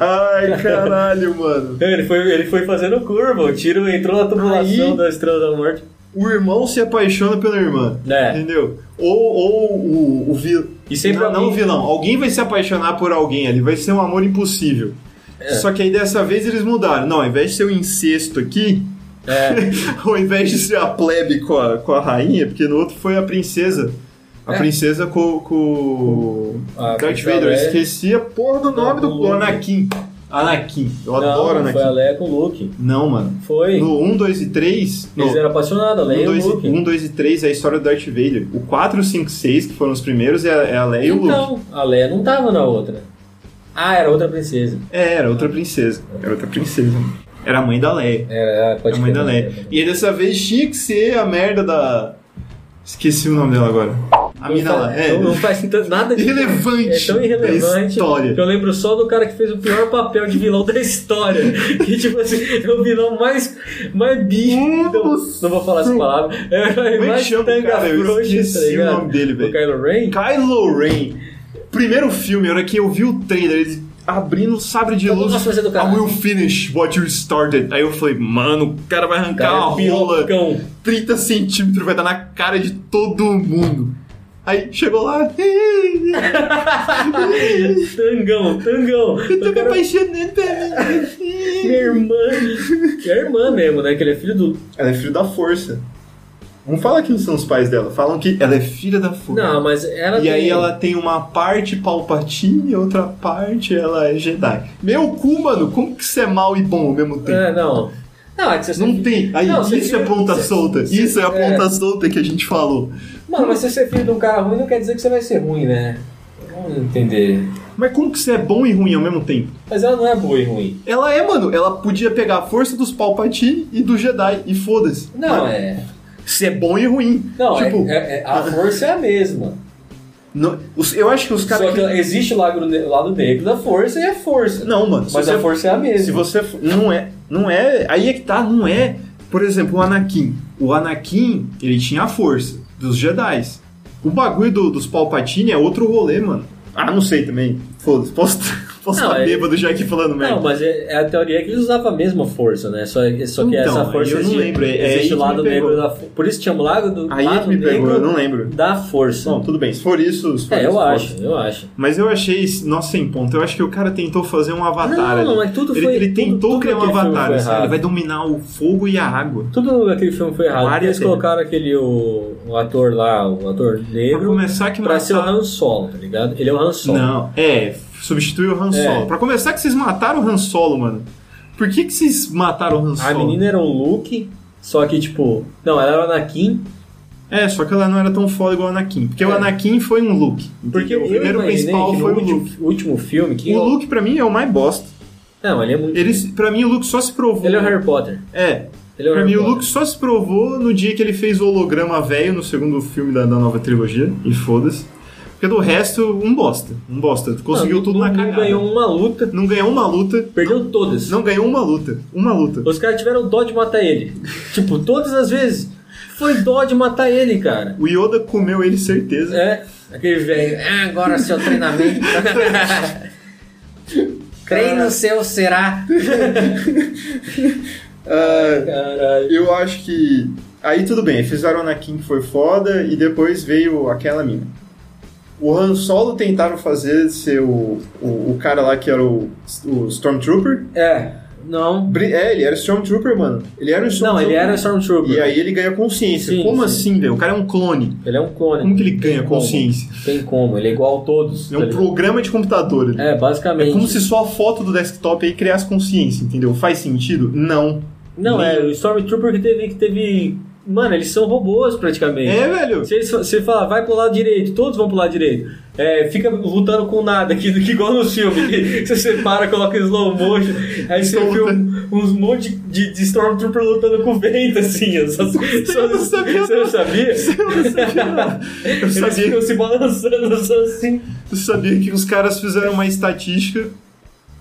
Speaker 1: Ai, caralho, mano.
Speaker 4: Ele foi, ele foi fazendo curva, o tiro entrou na tubulação
Speaker 1: Aí-
Speaker 4: da Estrela da Morte.
Speaker 1: O irmão se apaixona pela irmã.
Speaker 4: É.
Speaker 1: Entendeu? Ou, ou o, o vilão.
Speaker 4: E sempre
Speaker 3: não, não o
Speaker 4: alguém-
Speaker 3: vilão. Alguém vai se apaixonar por alguém ali, vai ser um amor impossível.
Speaker 4: É.
Speaker 3: Só que aí dessa vez eles mudaram. Não, ao invés de ser um incesto aqui,
Speaker 4: É,
Speaker 3: ao invés de ser a plebe com a, com a rainha, porque no outro foi a princesa. A
Speaker 4: É.
Speaker 3: princesa com, com
Speaker 4: A
Speaker 3: o Darth
Speaker 4: princesa
Speaker 3: Vader. Eu
Speaker 4: Leia.
Speaker 3: esqueci a porra do nome
Speaker 4: Não,
Speaker 3: do
Speaker 4: do
Speaker 3: Anakin. Anakin. Eu adoro
Speaker 4: não, foi a
Speaker 3: Anakin.
Speaker 4: Leia com o Luke.
Speaker 3: Não, mano.
Speaker 4: Foi.
Speaker 3: né, No 1, 2 e 3... no-
Speaker 4: Eles eram apaixonados, a Leia e o Luke.
Speaker 3: 1, 2 Um, e 3 é a história do Darth Vader. O 4, 5, 6, que foram os primeiros, é a, é a Leia e o Luke.
Speaker 4: então, a Leia não tava na outra. Ah, era outra princesa.
Speaker 3: É, era outra princesa. Era outra princesa. Era a mãe da Leia.
Speaker 4: Era,
Speaker 3: É,
Speaker 4: né?
Speaker 3: Era
Speaker 4: pode
Speaker 3: a mãe
Speaker 4: crer,
Speaker 3: da Leia. E aí, dessa vez tinha que ser a merda da. Esqueci o nome dela agora. A
Speaker 4: Não
Speaker 3: mina
Speaker 4: faz-
Speaker 3: lá. É.
Speaker 4: Não, não faz tanto- nada de.
Speaker 3: Irrelevante.
Speaker 4: É tão
Speaker 3: Da
Speaker 4: irrelevante
Speaker 3: história.
Speaker 4: que eu lembro só do cara que fez o pior papel de vilão da história. Que, tipo assim, é o vilão mais, mais bicho.
Speaker 3: Hum,
Speaker 4: Não, não vou falar essa palavra. É
Speaker 3: Como é que
Speaker 4: mais
Speaker 3: chama o
Speaker 4: tanga
Speaker 3: cara? Eu
Speaker 4: frouxa, tá
Speaker 3: esqueci o
Speaker 4: ligado?
Speaker 3: nome dele,
Speaker 4: O
Speaker 3: velho.
Speaker 4: Kylo Ren?
Speaker 3: Kylo Ren. Primeiro filme, a hora que eu vi o trailer, ele abrindo o sabre de
Speaker 4: Eu
Speaker 3: luz.
Speaker 4: gosto de fazer do cara.
Speaker 3: I will finish what you started. Aí eu falei, mano, o cara vai arrancar
Speaker 4: Cara,
Speaker 3: uma rola.
Speaker 4: pirocão.
Speaker 3: 30 centímetros, vai dar na cara de todo mundo. Aí chegou lá. Eu
Speaker 4: Tangão, tangão.
Speaker 3: tô
Speaker 4: O
Speaker 3: me
Speaker 4: cara
Speaker 3: apaixonando pela
Speaker 4: Minha irmã. Que é a irmã mesmo, né? Que ele é filho do.
Speaker 1: Ela é filho da força.
Speaker 3: Não fala que não são os pais dela, falam que ela é filha da força.
Speaker 4: Não, mas ela. é-
Speaker 3: E
Speaker 4: tem-
Speaker 3: aí ela tem uma parte Palpatine e outra parte ela é Jedi. Meu cu, mano, como que você é mal e bom ao mesmo tempo?
Speaker 4: É, não. Não, é que você.
Speaker 3: Não tem. Aí,
Speaker 4: Não, você
Speaker 3: isso é
Speaker 4: fica-
Speaker 3: ponta
Speaker 4: você-
Speaker 3: solta.
Speaker 4: você-
Speaker 3: isso é a
Speaker 4: é.
Speaker 3: ponta solta que a gente falou.
Speaker 4: Mano, mas se você é filho de um cara ruim, não quer dizer que você vai ser ruim, né? Vamos entender.
Speaker 3: Mas como que você é bom e ruim ao mesmo tempo?
Speaker 4: Mas ela não é boa e ruim.
Speaker 3: Ela é, mano. Ela podia pegar a força dos Palpatine e do Jedi. E foda-se.
Speaker 4: Não, é.
Speaker 1: se é bom e ruim.
Speaker 4: Não, é-
Speaker 1: tipo,
Speaker 4: é- é- a força é a mesma.
Speaker 1: no- os- eu acho que os
Speaker 4: Só
Speaker 1: caras.
Speaker 4: que
Speaker 1: que-
Speaker 4: existe o lado, ne- lado negro da força e é força.
Speaker 1: Não, mano. se
Speaker 4: mas
Speaker 1: você-
Speaker 4: a força é a mesma.
Speaker 1: Se você. f- Não é. Não é. Aí é que tá, não é. Por exemplo, o Anakin. O Anakin, ele tinha a força dos Jedi. O bagulho do- dos Palpatine é outro rolê, mano. Ah, não sei também. Foda-se. Posso, posso
Speaker 4: Não,
Speaker 1: estar
Speaker 4: é-
Speaker 1: bêbado já aqui falando merda.
Speaker 4: Não, mas é, é a teoria que eles usavam a mesma força, né? Só, só que
Speaker 1: Então,
Speaker 4: essa força
Speaker 1: eu não
Speaker 4: existe,
Speaker 1: lembro, é- é aí
Speaker 4: existe
Speaker 1: que
Speaker 4: o lado
Speaker 1: me pegou.
Speaker 4: negro da força. Por isso chama o lado, do,
Speaker 1: Aí é
Speaker 4: lado
Speaker 1: que me pegou, eu
Speaker 4: negro
Speaker 1: não lembro.
Speaker 4: da força.
Speaker 1: Bom, tudo bem. Se for isso. Se for
Speaker 4: é,
Speaker 1: isso,
Speaker 4: eu
Speaker 1: foda-se.
Speaker 4: acho, eu acho.
Speaker 3: Mas eu achei, isso- nossa, sem ponto. Eu acho que o cara tentou fazer um avatar.
Speaker 4: Não,
Speaker 3: ali.
Speaker 4: mas tudo
Speaker 3: ele,
Speaker 4: foi-
Speaker 3: Ele
Speaker 4: tudo-
Speaker 3: tentou
Speaker 4: tudo
Speaker 3: criar um
Speaker 4: aquele filme
Speaker 3: avatar.
Speaker 4: foi
Speaker 3: assim,
Speaker 4: errado.
Speaker 3: ele vai dominar o fogo e a água.
Speaker 4: Tudo naquele filme foi errado. porque
Speaker 1: Várias
Speaker 4: Eles
Speaker 1: vezes.
Speaker 4: colocaram aquele o, o ator lá, o ator
Speaker 3: Pra
Speaker 4: negro,
Speaker 3: começar que
Speaker 4: pra ser o
Speaker 3: mataram-
Speaker 4: Han Solo, tá ligado? Ele é o Han Solo.
Speaker 3: Não, é, substitui o Han Solo.
Speaker 4: É.
Speaker 3: Pra começar que vocês mataram o Han Solo, mano. Por que que vocês mataram o Han
Speaker 4: A
Speaker 3: Solo?
Speaker 4: menina era o Luke, só que tipo. Não, ela era o Anakin.
Speaker 3: É, só que ela não era tão foda igual o Anakin. Porque o
Speaker 4: É.
Speaker 3: Anakin foi um Luke.
Speaker 4: Porque
Speaker 3: entendeu? o
Speaker 4: eu
Speaker 3: primeiro
Speaker 4: imaginei
Speaker 3: principal
Speaker 4: que no
Speaker 3: foi o
Speaker 4: último,
Speaker 3: Luke.
Speaker 4: último filme que.
Speaker 3: O Luke, pra mim, é o mais bosta.
Speaker 4: Não, ele é muito.
Speaker 3: Ele, se- pra mim, o Luke só se provou.
Speaker 4: Ele é o Harry Potter.
Speaker 3: É,
Speaker 4: Ele é o
Speaker 3: pra
Speaker 4: Harry
Speaker 3: mim, o
Speaker 4: Potter.
Speaker 3: Luke só se provou no dia que ele fez o holograma velho no segundo filme da, da nova trilogia. E foda-se. Porque do resto, um bosta. Um bosta. Conseguiu
Speaker 4: Não,
Speaker 3: tudo
Speaker 4: não-
Speaker 3: na
Speaker 4: não
Speaker 3: cagada.
Speaker 4: ganhou uma luta,
Speaker 3: Não ganhou uma luta.
Speaker 4: perdeu todas.
Speaker 3: Não ganhou uma luta. Uma luta.
Speaker 4: Os caras tiveram dó de matar ele. tipo, todas as vezes. Foi dó de matar ele, cara.
Speaker 3: O Yoda comeu ele, certeza.
Speaker 4: É. Aquele velho. Ah, agora seu treinamento. Treino seu será.
Speaker 1: Ah,
Speaker 4: Caralho.
Speaker 1: eu acho que. Aí tudo bem, fizeram o Anakin que foi foda e depois veio aquela mina. O Han Solo tentaram fazer ser o, o, o cara lá que era o, o Stormtrooper.
Speaker 4: É. Não.
Speaker 1: Bri- É, ele era Stormtrooper, mano. Ele era o
Speaker 4: Não,
Speaker 1: Stormtrooper.
Speaker 4: ele era Stormtrooper.
Speaker 1: E aí ele ganha consciência.
Speaker 4: Sim,
Speaker 1: Como
Speaker 4: sim.
Speaker 1: assim, velho? O cara é um clone.
Speaker 4: Ele é um clone.
Speaker 3: Como que ele ganha
Speaker 4: Tem como.
Speaker 3: consciência?
Speaker 4: Tem como, ele é igual a todos.
Speaker 3: É
Speaker 4: tá
Speaker 3: um
Speaker 4: ligado?
Speaker 3: programa de computador. ele.
Speaker 4: É, basicamente.
Speaker 3: É como se só a foto do desktop aí criasse consciência, entendeu? Faz sentido? Não.
Speaker 4: Não, é, o Stormtrooper que teve, que teve. Mano, eles são robôs praticamente.
Speaker 3: É, velho.
Speaker 4: Se eles- se você fala, vai pro lado direito, todos vão pro lado direito. É, fica lutando com nada, que, que igual no filme. que você separa, coloca em slow motion, aí você
Speaker 3: Estão
Speaker 4: vê um,
Speaker 3: lutando.
Speaker 4: uns monte de, de Stormtrooper lutando com vento, assim. ó, só- só-
Speaker 3: não sabia,
Speaker 4: Você não sabia?
Speaker 3: Eu
Speaker 4: Eles
Speaker 3: sabia,
Speaker 4: ficam se balançando só assim.
Speaker 3: eu sabia que os caras fizeram uma estatística.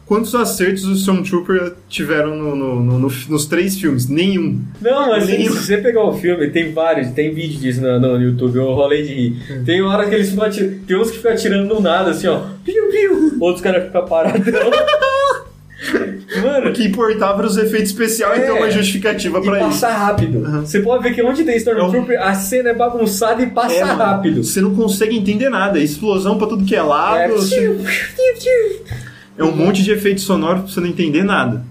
Speaker 3: Quantos acertos o Stormtrooper tiveram no- no- no- no- nos três filmes? Nenhum.
Speaker 4: Não, mas se
Speaker 3: Nem-
Speaker 4: se você pegar o filme, tem vários, tem vídeo disso no, no YouTube, eu rolei de
Speaker 3: Hum.
Speaker 4: rir. Tem hora que eles ficam atirando, tem uns que ficam atirando do nada, assim, ó. Piu, piu. Outros caras ficam paradão. Mano,
Speaker 3: O que importava era os efeitos especiais e ter
Speaker 4: É.
Speaker 3: uma justificativa
Speaker 4: e
Speaker 3: pra isso. um
Speaker 4: passa rápido. Você pode ver que onde tem Stormtrooper, a cena é bagunçada e passa
Speaker 3: É, mano,
Speaker 4: rápido.
Speaker 3: Você não consegue entender nada. É explosão pra tudo que é lado.
Speaker 4: É,
Speaker 3: você-
Speaker 4: piu, piu, piu.
Speaker 3: É um monte de efeito sonoro pra você não entender nada.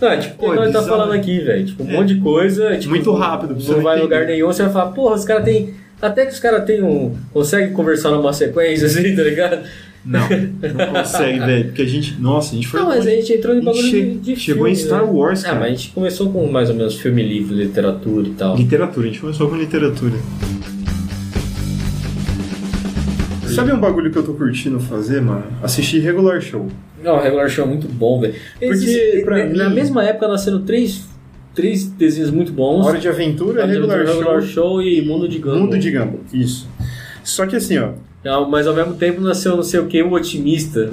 Speaker 4: Não, é tipo, o
Speaker 3: Pô,
Speaker 4: que nós tá
Speaker 3: bizarro.
Speaker 4: falando aqui, velho. Tipo, um monte de coisa. tipo,
Speaker 3: né? É. Muito rápido, pra você
Speaker 4: Não vai em
Speaker 3: entender.
Speaker 4: lugar nenhum, você vai falar, porra, os caras têm. Até que os caras têm um. Conseguem conversar numa sequência, assim, tá ligado?
Speaker 3: Não, não consegue, velho. Porque a gente. Nossa, a gente foi.
Speaker 4: Não, mas
Speaker 3: longe.
Speaker 4: a gente entrou no
Speaker 3: A gente
Speaker 4: bagulho
Speaker 3: che-
Speaker 4: de, de
Speaker 3: chegou
Speaker 4: filme,
Speaker 3: em Star
Speaker 4: né?
Speaker 3: Wars,
Speaker 4: Ah,
Speaker 3: cara.
Speaker 4: mas a gente começou com mais ou menos filme livre, literatura e tal.
Speaker 3: Literatura, a gente começou com literatura.
Speaker 1: Sabe um bagulho que eu tô curtindo fazer, mano? Assistir regular show.
Speaker 4: Não, o Regular Show é muito bom, velho. Esses- é,
Speaker 1: pra
Speaker 4: na
Speaker 1: mim-
Speaker 4: mesma época nasceram três, três desenhos muito bons. Tá
Speaker 1: Hora de aventura, regular,
Speaker 4: Regular
Speaker 1: show.
Speaker 4: Show e Mundo de Gumball.
Speaker 1: Mundo de Gumball. Isso. Só que assim, ó.
Speaker 4: Não, mas ao mesmo tempo nasceu não sei o que, o Otimista.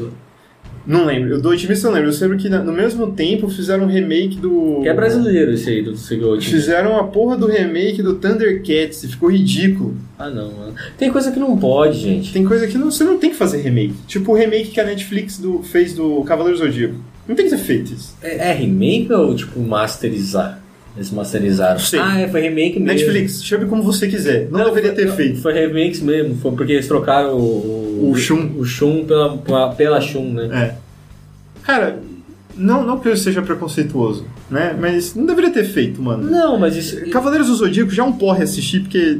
Speaker 1: Não lembro. Eu do otimista eu não lembro. Eu lembro que na- no mesmo tempo fizeram um remake do.
Speaker 4: Que é brasileiro esse aí, do Seguiu Otimista.
Speaker 1: Fizeram a porra do remake do Thundercats e ficou ridículo.
Speaker 4: Ah, não, mano. Tem coisa que não pode, gente.
Speaker 1: Tem coisa que não- você não tem que fazer remake. Tipo o remake que a Netflix do- fez do Cavaleiro Zodíaco. Não tem que ser feito isso.
Speaker 4: É, é remake ou, tipo, masterizar? Eles masterizaram.
Speaker 1: Sim.
Speaker 4: Ah, é, foi remake mesmo.
Speaker 1: Netflix, chame como você quiser. Não, deveria ter
Speaker 4: Não,
Speaker 1: feito.
Speaker 4: Foi remakes mesmo, foi porque eles trocaram o.
Speaker 3: O Shun.
Speaker 4: O Shun pela, pela, pela Shun, né?
Speaker 3: É.
Speaker 1: Cara, não, não que eu seja preconceituoso, né? Mas não deveria ter feito, mano.
Speaker 4: Não, mas isso.
Speaker 1: Cavaleiros do Zodíaco já é um porre assistir, porque.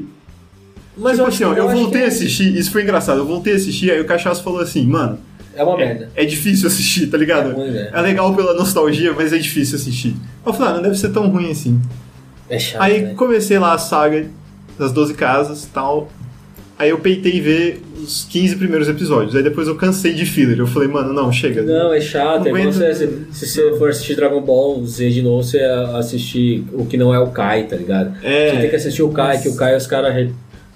Speaker 4: Mas
Speaker 1: tipo
Speaker 4: eu
Speaker 1: assim,
Speaker 4: acho
Speaker 1: ó,
Speaker 4: que-
Speaker 1: eu,
Speaker 4: acho
Speaker 1: voltei
Speaker 4: que é
Speaker 1: a assistir, isso foi engraçado, eu voltei a assistir, aí o Cachaço falou assim, mano,
Speaker 4: É uma merda.
Speaker 1: é difícil assistir, tá ligado?
Speaker 4: É ruim, né?
Speaker 1: É legal pela nostalgia, mas é difícil assistir. Eu falei, ah, não deve ser tão ruim assim.
Speaker 4: É chato.
Speaker 3: Aí
Speaker 4: né?
Speaker 3: comecei lá a saga das 12 casas e tal. Aí eu peitei ver os os 15 primeiros episódios. Aí depois eu cansei de filler. Eu falei, mano, não, chega.
Speaker 4: Não, é chato.
Speaker 3: Não
Speaker 4: é igual
Speaker 3: aguento.
Speaker 4: você, se, se você for assistir Dragon Ball Z de novo, você assistir o que não é o Kai, tá ligado?
Speaker 3: É.
Speaker 4: Você tem que assistir o Kai, que o Kai os caras. re-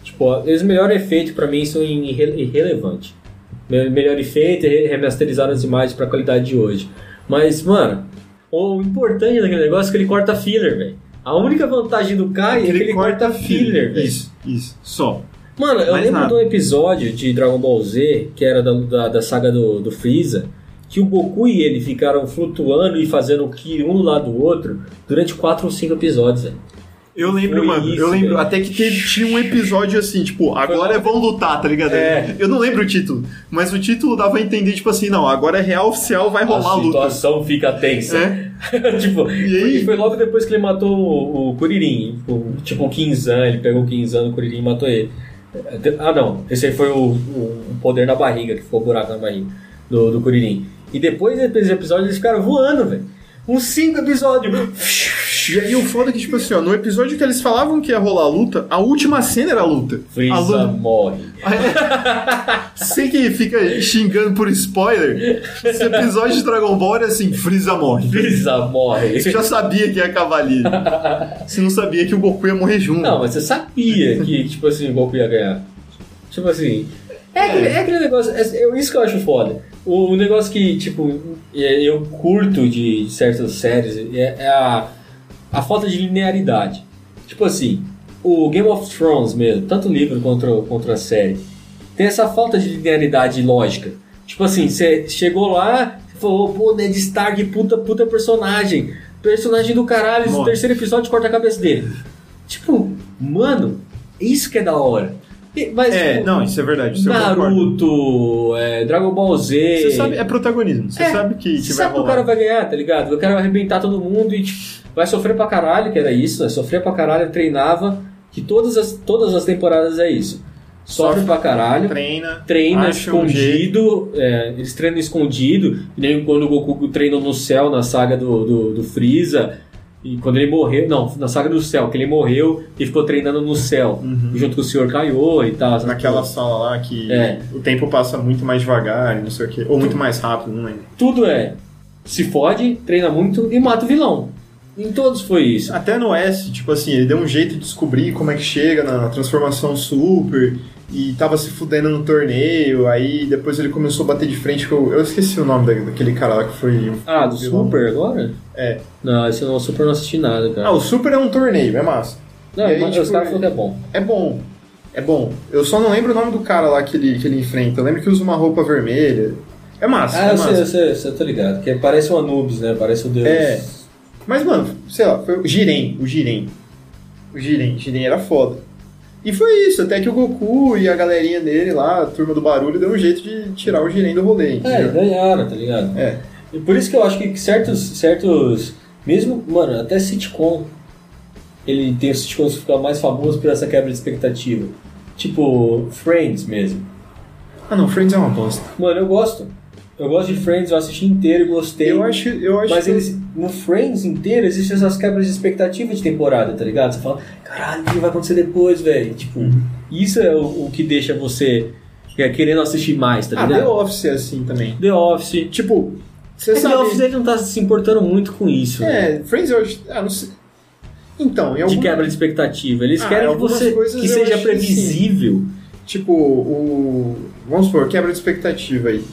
Speaker 4: Tipo, ó, eles melhor efeito pra mim são irre- irrelevante. Me- Melhor efeito, re- remasterizar as imagens pra qualidade de hoje. Mas, mano, o importante daquele negócio é que ele corta filler, velho. A única vantagem do Kai é que ele, corta, filler, velho.
Speaker 3: Isso, isso. Só.
Speaker 4: Mano, eu
Speaker 3: Mais
Speaker 4: lembro
Speaker 3: nada.
Speaker 4: de um episódio de Dragon Ball Z, que era da, da, da saga do, do Freeza, que o Goku e ele ficaram flutuando e fazendo o Ki um do lado do outro durante quatro ou cinco episódios, velho.
Speaker 3: Eu lembro,
Speaker 4: Foi
Speaker 3: mano.
Speaker 4: isso,
Speaker 3: eu lembro.
Speaker 4: velho.
Speaker 3: Até que teve, tinha um episódio assim, tipo, agora vão lutar, tá ligado?
Speaker 4: É.
Speaker 3: Eu não lembro o título, mas o título dava a entender, tipo assim, não, agora é real oficial, vai rolar a
Speaker 4: Assim,
Speaker 3: luta.
Speaker 4: fica tensa.
Speaker 3: É.
Speaker 4: tipo,
Speaker 3: E aí?
Speaker 4: e foi logo depois que ele matou o, o Kuririn. O, tipo, o Kinzan, ele pegou o Kinzan, o Kuririn e matou ele. Ah, não. Esse aí foi o, o- o poder na barriga, que ficou o buraco na barriga do, do Kuririn. E depois desses episódios eles ficaram voando, velho. Uns cinco episódios.
Speaker 3: E aí o foda é que, tipo assim, ó, no episódio que eles falavam que ia rolar a luta, a última cena era a luta. A
Speaker 4: Freeza
Speaker 3: luta.
Speaker 4: morre.
Speaker 3: Sei que fica xingando por spoiler. Esse episódio de Dragon Ball era assim, Freeza morre.
Speaker 4: Freeza morre.
Speaker 3: Você já sabia que ia acabar ali. Você não sabia que o Goku ia morrer junto.
Speaker 4: Não, mas você sabia que, tipo assim, o Goku ia ganhar. Tipo assim. É, aquele- é aquele negócio. É, é isso que eu acho foda. O, o negócio que, tipo, é- eu curto de certas séries é, é a, a falta de linearidade. Tipo assim, o Game of Thrones mesmo, tanto o livro quanto, quanto a série, tem essa falta de linearidade lógica. Tipo assim, você chegou lá, falou, pô, Ned Stark, puta, puta personagem. Personagem do caralho, no
Speaker 3: Morre.
Speaker 4: terceiro episódio corta a cabeça dele. Tipo, mano, isso que é da hora. E- Mas,
Speaker 3: É,
Speaker 4: tipo,
Speaker 3: não, isso é verdade. Isso eu concordo.
Speaker 4: Naruto, é, Dragon Ball Z.
Speaker 3: Você sabe, é protagonismo. Você
Speaker 4: É,
Speaker 3: sabe que, que
Speaker 4: Você
Speaker 3: vai
Speaker 4: sabe que o
Speaker 3: rolar.
Speaker 4: cara vai ganhar, tá ligado? O cara vai arrebentar todo mundo e tipo, vai sofrer pra caralho, que era isso, né? Sofrer pra caralho, eu treinava, que todas as, todas as temporadas é isso. Sofre
Speaker 3: Sofre.
Speaker 4: pra caralho,
Speaker 3: Treina.
Speaker 4: treina
Speaker 3: Acha um
Speaker 4: escondido, é, eles treinam escondido, que nem quando o Goku treinou no céu na saga do, do, do Freeza, e quando ele morreu, não, na saga do céu, que ele morreu e ficou treinando no céu,
Speaker 3: Uhum.
Speaker 4: junto com o Sr. Kaiô e tal. essas
Speaker 3: Naquela
Speaker 4: coisas.
Speaker 3: sala lá que
Speaker 4: É.
Speaker 3: o tempo passa muito mais devagar e não sei o quê. Ou muito mais rápido, não lembro.
Speaker 4: Tudo é, se fode, treina muito e mata o vilão. Em todos foi isso.
Speaker 3: Até no S, tipo assim, ele deu um jeito de descobrir como é que chega na, na transformação super e tava se fudendo no torneio. Aí depois ele começou a bater de frente com. o- Eu esqueci o nome da- daquele cara lá que foi. um
Speaker 4: Ah, do
Speaker 3: vilão.
Speaker 4: Super agora?
Speaker 3: É.
Speaker 4: Não, esse não, o Super eu não assisti nada, cara.
Speaker 3: Ah, o Super é um torneio, é massa.
Speaker 4: não,
Speaker 3: e aí,
Speaker 4: mas
Speaker 3: tipo,
Speaker 4: os caras falaram que é bom.
Speaker 3: É bom. É bom. Eu só não lembro o nome do cara lá que ele, que ele enfrenta. Eu lembro que usa uma roupa vermelha. É massa,
Speaker 4: Ah,
Speaker 3: é
Speaker 4: eu
Speaker 3: massa.
Speaker 4: sei, eu sei, eu sei, eu tô ligado. Que parece um Anubis, né? Parece o Deus.
Speaker 3: É. Mas, mano, sei lá, foi o Jiren, o Jiren. O Jiren, Jiren era foda. E foi isso, até que o Goku e a galerinha dele lá, a turma do barulho, deu um jeito de tirar o Jiren do rolê.
Speaker 4: É,
Speaker 3: entendeu?
Speaker 4: ganharam, tá ligado?
Speaker 3: É.
Speaker 4: E por isso que eu acho que certos. certos mesmo, mano, até sitcom. Ele tem os sitcoms que ficam mais famosos por essa quebra de expectativa. Tipo, Friends mesmo.
Speaker 3: Ah não, Friends é uma bosta.
Speaker 4: Mano, eu gosto. Eu gosto de Friends, eu assisti inteiro e gostei.
Speaker 3: Eu acho, eu acho
Speaker 4: Mas
Speaker 3: que-
Speaker 4: eles, no Friends inteiro, existem essas quebras de expectativa de temporada, tá ligado? Você fala, caralho, o que vai acontecer depois, velho? Tipo,
Speaker 3: Uhum.
Speaker 4: isso é o, o que deixa você é, querendo assistir mais, tá
Speaker 3: Ah, The
Speaker 4: ligado?
Speaker 3: Office é assim também.
Speaker 4: The Office.
Speaker 3: Tipo, você
Speaker 4: É,
Speaker 3: sabe...
Speaker 4: The Office ele não tá se importando muito com isso, né?
Speaker 3: É, Friends eu acho... Ah, não sei... Então, em
Speaker 4: De
Speaker 3: algum...
Speaker 4: quebra de expectativa. Eles
Speaker 3: Ah,
Speaker 4: querem que
Speaker 3: algumas
Speaker 4: você
Speaker 3: coisas
Speaker 4: que
Speaker 3: eu
Speaker 4: seja
Speaker 3: acho
Speaker 4: previsível.
Speaker 3: Tipo, o. Vamos supor, quebra de expectativa aí.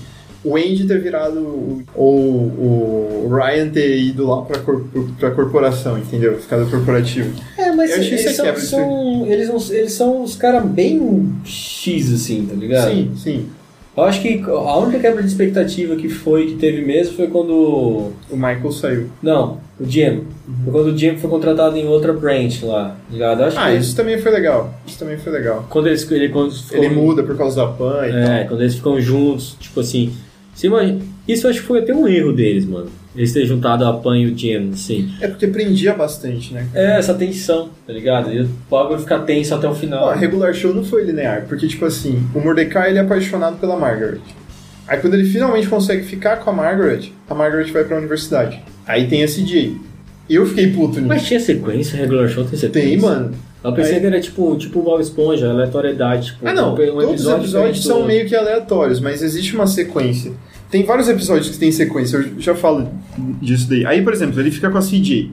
Speaker 3: O Andy ter virado. o- Ou o Ryan ter ido lá pra, cor, pra corporação, entendeu? Ficado corporativo.
Speaker 4: É, mas
Speaker 3: Eu acho que
Speaker 4: eles
Speaker 3: isso é
Speaker 4: são,
Speaker 3: quebra de
Speaker 4: são- eles, não- eles são os caras bem X, assim, tá ligado?
Speaker 3: Sim, sim.
Speaker 4: Eu acho que a única quebra de expectativa que foi, que teve mesmo, foi quando
Speaker 3: O Michael saiu.
Speaker 4: Não, o
Speaker 3: Uhum.
Speaker 4: Jim. Foi quando o Jim foi contratado em outra branch lá, tá ligado? Acho
Speaker 3: Ah,
Speaker 4: que é.
Speaker 3: isso também foi legal. Isso também foi legal.
Speaker 4: quando eles ele, quando ficou,
Speaker 3: Ele muda por causa da Pan e
Speaker 4: É, quando eles ficam juntos, tipo assim. Você imagina, isso eu acho que foi até um erro deles, mano. Eles terem juntado a Pan e o Jim, assim.
Speaker 3: tal. É porque prendia bastante, né?
Speaker 4: É, essa tensão, tá ligado? E o bagulho fica tenso até o final.
Speaker 3: Ó, regular show não foi linear, porque, tipo assim, o Mordecai ele é apaixonado pela Margaret. Aí quando ele finalmente consegue ficar com a Margaret, a Margaret vai pra universidade. Aí tem esse dia. aí. Eu fiquei puto nisso.
Speaker 4: Mas tinha sequência, regular show tem sequência.
Speaker 3: Tem, mano.
Speaker 4: Eu pensei
Speaker 3: Aí-
Speaker 4: que era tipo, tipo Bob Esponja, aleatoriedade. Tipo,
Speaker 3: Ah, não.
Speaker 4: um
Speaker 3: Todos os episódios
Speaker 4: diferente do
Speaker 3: são
Speaker 4: outro.
Speaker 3: meio que aleatórios, mas existe uma sequência. Tem vários episódios que tem sequência, eu já falo disso daí. Aí, por exemplo, ele fica com a CJ.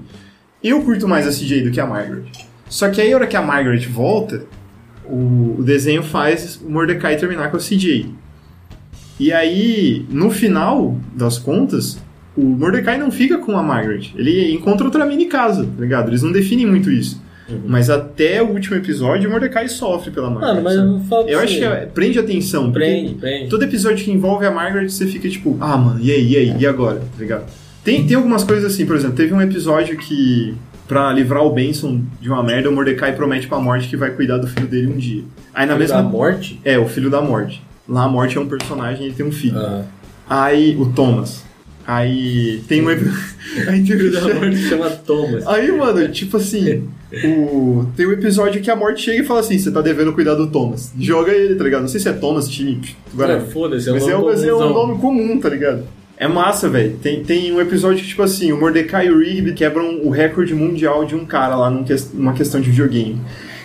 Speaker 3: Eu curto mais a CJ do que a Margaret. Só que aí, a hora que a Margaret volta, o, o desenho faz o Mordecai terminar com a CJ. E aí, no final das contas, o Mordecai não fica com a Margaret. Ele encontra outra mini casa, tá ligado? Eles não definem muito isso. Mas até o último episódio, o Mordecai sofre pela Margaret.
Speaker 4: Uhum. Mano, mas eu
Speaker 3: sabe?
Speaker 4: não falo pra
Speaker 3: Eu
Speaker 4: você.
Speaker 3: acho que é- prende atenção. porque
Speaker 4: Prende, prende.
Speaker 3: Todo episódio que envolve a Margaret, você fica tipo, ah, mano, e aí, e aí, e agora? Tá ligado? Tem, tem algumas coisas assim, por exemplo, teve um episódio que, pra livrar o Benson de uma merda, o Mordecai promete pra morte que vai cuidar do filho dele um dia. Aí na
Speaker 4: Da
Speaker 3: mesma.
Speaker 4: morte?
Speaker 3: É, o filho da morte. Lá a morte é um personagem e ele tem um filho.
Speaker 4: Ah.
Speaker 3: Aí, o Thomas. Aí tem um. epi- aí tem
Speaker 4: Da
Speaker 3: um...
Speaker 4: morte chama Thomas.
Speaker 3: Aí, mano, tipo assim, o... tem um episódio que a morte chega e fala assim: você tá devendo cuidar do Thomas. Joga ele, tá ligado? Não sei se é Thomas, time.
Speaker 4: Cara,
Speaker 3: Agora,
Speaker 4: foda-se, é um
Speaker 3: mas é, um-
Speaker 4: nome
Speaker 3: mas é um
Speaker 4: comunzão.
Speaker 3: nome comum, tá ligado? É massa, velho. Tem, tem um episódio que, tipo assim, o Mordecai e o Rigby quebram o recorde mundial de um cara lá num ques- numa questão de videogame.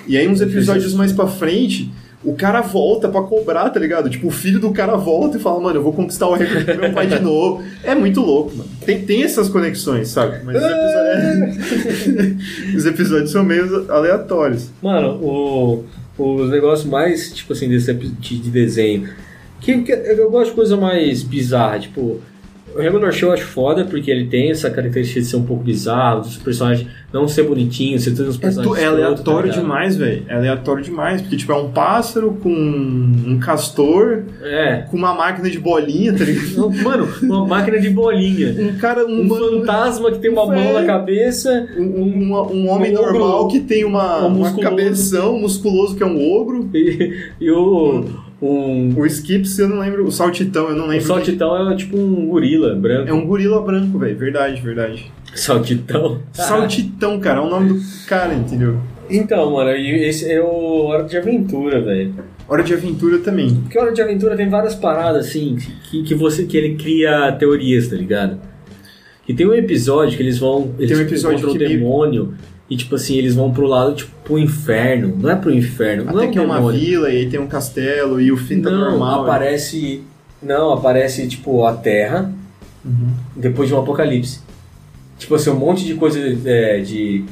Speaker 3: E aí, uns episódios mais pra frente, o cara volta pra cobrar, tá ligado? Tipo, o filho do cara volta e fala, mano, eu vou conquistar o recorde do meu pai de novo. É muito louco, mano. Tem, tem essas conexões, sabe? Mas os episódios, os episódios são meio aleatórios.
Speaker 4: Mano, o, os negócios mais, tipo assim, desse epi- de, de desenho. Que, que- eu gosto de coisa mais bizarra, tipo. O Regular Show eu acho foda, porque ele tem essa característica de ser um pouco bizarro, dos personagens não ser bonitinhos, você tem uns
Speaker 3: É, tu-
Speaker 4: personagens.
Speaker 3: é aleatório
Speaker 4: escroto, tá
Speaker 3: demais, velho. É aleatório demais. Porque, tipo, é um pássaro com um castor,
Speaker 4: ligado? É.
Speaker 3: com uma máquina de bolinha, tá ligado?
Speaker 4: Não, Mano, uma máquina de bolinha.
Speaker 3: Um cara, um,
Speaker 4: Um
Speaker 3: humano-
Speaker 4: fantasma que tem uma mão na cabeça.
Speaker 3: um, um, um- um homem
Speaker 4: Um ogro.
Speaker 3: normal que tem uma, uma
Speaker 4: Um musculoso.
Speaker 3: cabeção musculoso que é um ogro.
Speaker 4: E, e o. Um,
Speaker 3: O Skips, eu não lembro. O Saltitão, eu não
Speaker 4: o
Speaker 3: lembro.
Speaker 4: saltitão é tipo um gorila branco.
Speaker 3: É um gorila branco, velho. Verdade, verdade.
Speaker 4: Saltitão.
Speaker 3: Saltitão, cara. É o nome do cara, entendeu?
Speaker 4: Então, mano, e esse é o Hora de Aventura, velho.
Speaker 3: Hora de Aventura também.
Speaker 4: Porque Hora de Aventura tem várias paradas, assim, que, que você que ele cria teorias, tá ligado? E tem um episódio que eles vão. Eles
Speaker 3: Tem um episódio
Speaker 4: encontram
Speaker 3: que
Speaker 4: o
Speaker 3: meio-
Speaker 4: demônio e, tipo assim, eles vão pro lado, tipo, pro inferno. Não é pro inferno, não
Speaker 3: Até
Speaker 4: é um
Speaker 3: que é uma
Speaker 4: demônio.
Speaker 3: vila e aí tem um castelo e o fim tá
Speaker 4: não, é.
Speaker 3: normal. né?
Speaker 4: aparece. Não, aparece, tipo, a Terra depois de um apocalipse. Tipo assim, um monte de coisa é, de.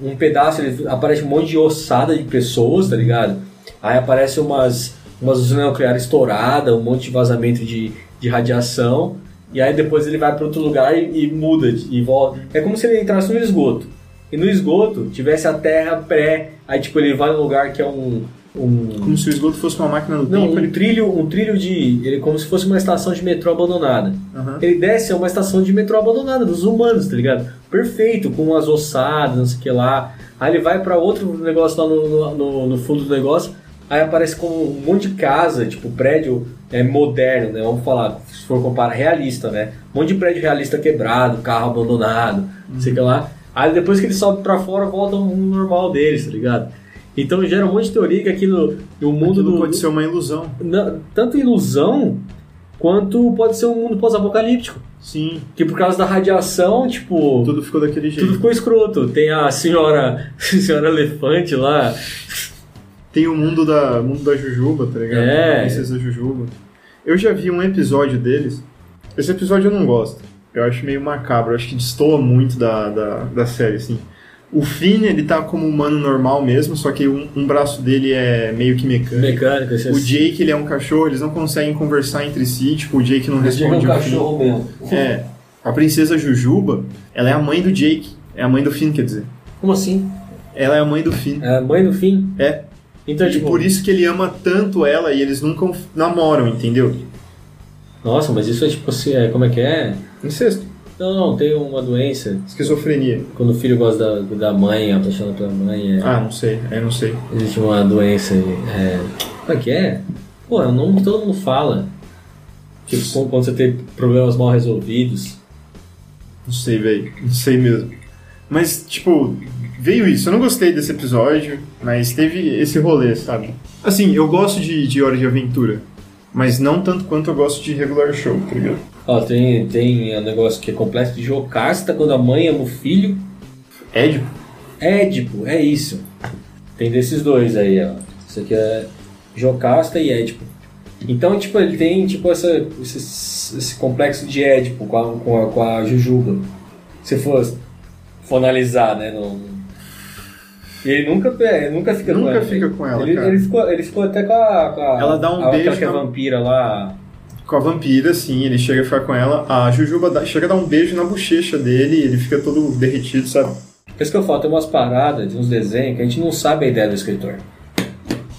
Speaker 4: Um pedaço, ele- aparece um monte de ossada de pessoas, tá ligado? Aí aparece umas, umas usinas nucleares estouradas, um monte de vazamento de, de radiação. E aí depois ele vai para outro lugar e, e muda de- e volta. É como se ele entrasse no esgoto. E no esgoto tivesse a terra pré. Aí tipo ele vai num lugar que é um- um
Speaker 3: Como se o esgoto fosse uma máquina do
Speaker 4: não,
Speaker 3: tempo.
Speaker 4: um
Speaker 3: Ele...
Speaker 4: trilho, um trilho de. Ele é como se fosse uma estação de metrô abandonada.
Speaker 3: Aham.
Speaker 4: Ele desce a uma estação de metrô abandonada dos humanos, tá ligado? Perfeito, com as ossadas, não sei o que lá. Aí ele vai pra outro negócio lá no, no- no- no fundo do negócio. Aí aparece com um monte de casa, tipo prédio é, moderno, né? Vamos falar, se for comparar, realista, né? Um monte de prédio realista quebrado, carro abandonado, não sei o que lá. Aí depois que ele sobe pra fora, volta ao mundo normal deles, tá ligado? Então gera um monte de teoria que aquilo, o mundo
Speaker 3: Aquilo
Speaker 4: do,
Speaker 3: pode ser uma ilusão.
Speaker 4: na- tanto ilusão quanto pode ser um mundo pós-apocalíptico.
Speaker 3: Sim,
Speaker 4: Que por causa da radiação, tipo, tudo,
Speaker 3: tudo ficou daquele jeito.
Speaker 4: ficou escroto. Tem a senhora, senhora elefante lá.
Speaker 3: Tem o mundo da, mundo da Jujuba, tá ligado?
Speaker 4: É.
Speaker 3: A Princesa Jujuba. Eu já vi um episódio deles. Esse episódio eu não gosto. Eu acho meio macabro. Eu acho que destoa muito da, da, da série, assim. O Finn, ele tá como humano normal mesmo, só que um, um braço dele é meio que mecânico.
Speaker 4: Mecânica,
Speaker 3: O Jake, ele é um cachorro, eles não conseguem conversar entre si. Tipo, o Jake não responde.
Speaker 4: um
Speaker 3: o Finn.
Speaker 4: cachorro mesmo.
Speaker 3: É. A princesa Jujuba, ela é a mãe do Jake. É a mãe do Finn, quer dizer.
Speaker 4: Como assim?
Speaker 3: Ela é a mãe do Finn.
Speaker 4: É a mãe do fim?
Speaker 3: É.
Speaker 4: Então,
Speaker 3: E
Speaker 4: tipo,
Speaker 3: por isso que ele ama tanto ela e eles nunca namoram, entendeu?
Speaker 4: nossa, mas isso é tipo, assim, é, como é que é?
Speaker 3: Incesto.
Speaker 4: Não, não, tem uma doença.
Speaker 3: Esquizofrenia.
Speaker 4: Quando o filho gosta da, da mãe, apaixona pela mãe, é,
Speaker 3: Ah, não sei. Aí não sei.
Speaker 4: existe uma doença. É, como é que é? Pô, é um nome que todo mundo fala. Tipo, quando você tem problemas mal resolvidos.
Speaker 3: Não sei, velho. Não sei mesmo. Mas, tipo, veio isso. Eu não gostei desse episódio, mas teve esse rolê, sabe? Assim, eu gosto de, de Hora de Aventura, mas não tanto quanto eu gosto de Regular Show, tá ligado?
Speaker 4: Ó, tem, tem um negócio que é complexo de Jocasta, quando a mãe ama o filho.
Speaker 3: Édipo?
Speaker 4: Édipo, é isso. Tem desses dois aí, ó. Isso aqui é Jocasta e Édipo. Então, tipo, ele tem tipo essa, esse, esse complexo de Édipo com a, com a, com a Jujuba. Se for, for analisar, né? No... E ele nunca, ele nunca fica com
Speaker 3: Nunca
Speaker 4: ela. né?
Speaker 3: fica com ela,
Speaker 4: ele,
Speaker 3: cara.
Speaker 4: ele ficou, ele ficou até com a. com a-
Speaker 3: Ela dá um
Speaker 4: a-
Speaker 3: beijo
Speaker 4: Aquela que é
Speaker 3: na-
Speaker 4: vampira lá.
Speaker 3: Com a vampira, sim, ele chega a ficar com ela. A Jujuba dá- chega a dar um beijo na bochecha dele e ele fica todo derretido, sabe?
Speaker 4: Por isso que eu falo, tem umas paradas de uns desenhos que a gente não sabe a ideia do escritor.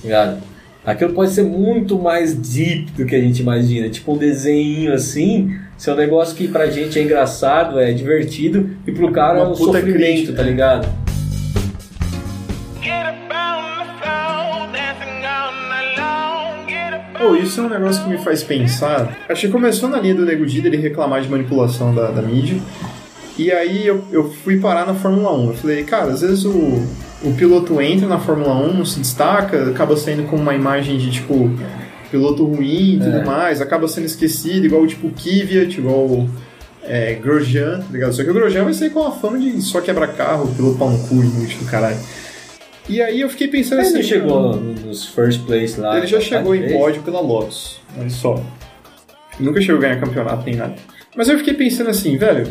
Speaker 4: Ligado? Aquilo pode ser muito mais deep do que a gente imagina. Tipo um desenho assim, se é um negócio que pra gente é engraçado, é divertido, e pro cara é
Speaker 3: Uma
Speaker 4: um
Speaker 3: puta
Speaker 4: sofrimento,
Speaker 3: crítica. né?
Speaker 4: tá ligado?
Speaker 3: Pô, isso é um negócio que me faz pensar. Acho que começou na linha do Nego Di ele reclamar de manipulação da, da mídia. E aí eu, eu fui parar na Fórmula 1. Eu falei, cara, às vezes o, o piloto entra na Fórmula 1, não se destaca, acaba saindo com uma imagem de tipo piloto ruim e tudo
Speaker 4: É.
Speaker 3: mais, acaba sendo esquecido, igual tipo o Kvyat, igual o é, Grosjean, tá ligado? Só que o Grosjean vai sair com a fama de só quebra-carro, piloto pau no cu, inútil do caralho. E aí eu fiquei pensando
Speaker 4: Mas
Speaker 3: assim.
Speaker 4: ele não
Speaker 3: cara,
Speaker 4: chegou no- nos first place lá.
Speaker 3: ele já
Speaker 4: tá?
Speaker 3: chegou em
Speaker 4: Fez?
Speaker 3: pódio pela Lotus, olha só. Nunca chegou a ganhar campeonato nem nada. Mas eu fiquei pensando assim, velho,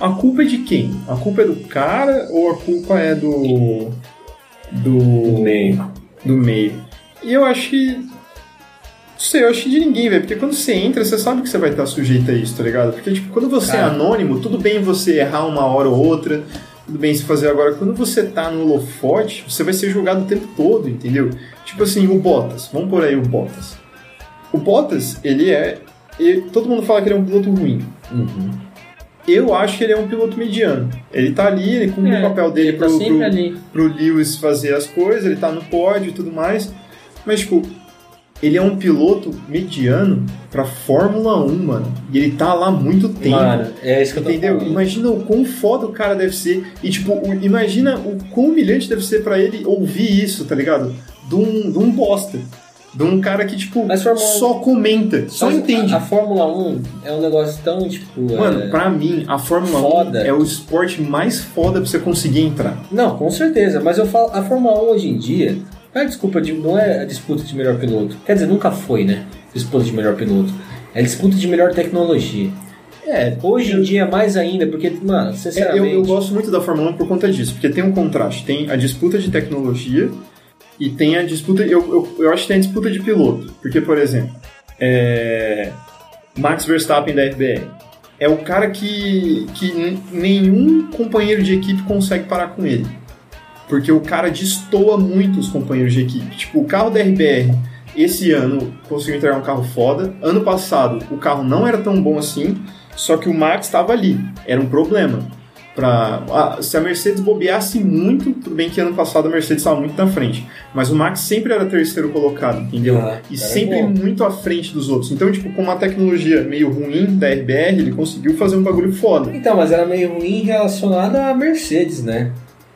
Speaker 3: a culpa é de quem? A culpa é do cara ou a culpa é do.
Speaker 4: No
Speaker 3: do.
Speaker 4: meio.
Speaker 3: do meio? E eu acho que. Não sei, eu acho que de ninguém, velho. Porque quando você entra, você sabe que você vai estar sujeito a isso, tá ligado? Porque, tipo, quando você é
Speaker 4: Cara.
Speaker 3: anônimo, tudo bem você errar uma hora ou outra, tudo bem se fazer agora. Quando você tá no holofote, você vai ser julgado o tempo todo, entendeu? Tipo assim, o Bottas, vamos por aí o Bottas. O Bottas, ele é. ele- todo mundo fala que ele é um piloto ruim. Eu acho que ele é um piloto mediano. Ele tá ali, ele cumpre
Speaker 4: É,
Speaker 3: o papel dele
Speaker 4: Ele tá
Speaker 3: pro-
Speaker 4: sempre
Speaker 3: pro,
Speaker 4: ali.
Speaker 3: pro Lewis fazer as coisas, ele tá no pódio e tudo mais. Mas, tipo, ele é um piloto mediano pra Fórmula 1, mano. E ele tá lá há muito tempo.
Speaker 4: Mano, é isso que eu tô
Speaker 3: Entendeu?
Speaker 4: falando.
Speaker 3: Imagina o quão foda o cara deve ser. E, tipo, o- imagina o quão humilhante deve ser pra ele ouvir isso, tá ligado? De um, de um bosta. De um cara que, tipo,
Speaker 4: Mas Fórmula 1
Speaker 3: só comenta, só
Speaker 4: Mas a-
Speaker 3: entende.
Speaker 4: A, Fórmula 1 é um negócio tão, tipo.
Speaker 3: Mano,
Speaker 4: é-
Speaker 3: pra mim, a Fórmula
Speaker 4: Foda.
Speaker 3: 1 é o esporte mais foda pra você conseguir entrar.
Speaker 4: Não, com certeza, mas eu falo, a Fórmula 1 hoje em dia, não é desculpa de, não é a disputa de melhor piloto. Quer dizer, nunca foi, né? Disputa de melhor piloto. É disputa de melhor tecnologia.
Speaker 3: É,
Speaker 4: Hoje em dia mais ainda, porque, mano,
Speaker 3: É, eu,
Speaker 4: sinceramente.
Speaker 3: eu gosto muito da Fórmula 1 por conta disso, porque tem um contraste. Tem a disputa de tecnologia e tem a disputa. Eu, eu, eu acho que tem a disputa de piloto. Porque, por exemplo, é, Max Verstappen da RBR é o cara que, que n- nenhum companheiro de equipe consegue parar com ele. Porque o cara destoa muito os companheiros de equipe. Tipo, o carro da RBR esse ano conseguiu entregar um carro foda. Ano passado o carro não era tão bom assim, só que o Max estava ali. Era um problema. Pra, ah, se a Mercedes bobeasse muito, tudo bem que ano passado a Mercedes estava muito na frente, mas o Max sempre era terceiro colocado, entendeu?
Speaker 4: Ah,
Speaker 3: e
Speaker 4: cara,
Speaker 3: sempre
Speaker 4: bom.
Speaker 3: muito à frente dos outros. Então, tipo, com uma tecnologia meio ruim da RBR, ele conseguiu fazer um bagulho foda.
Speaker 4: Então, mas era meio ruim relacionada à Mercedes, né?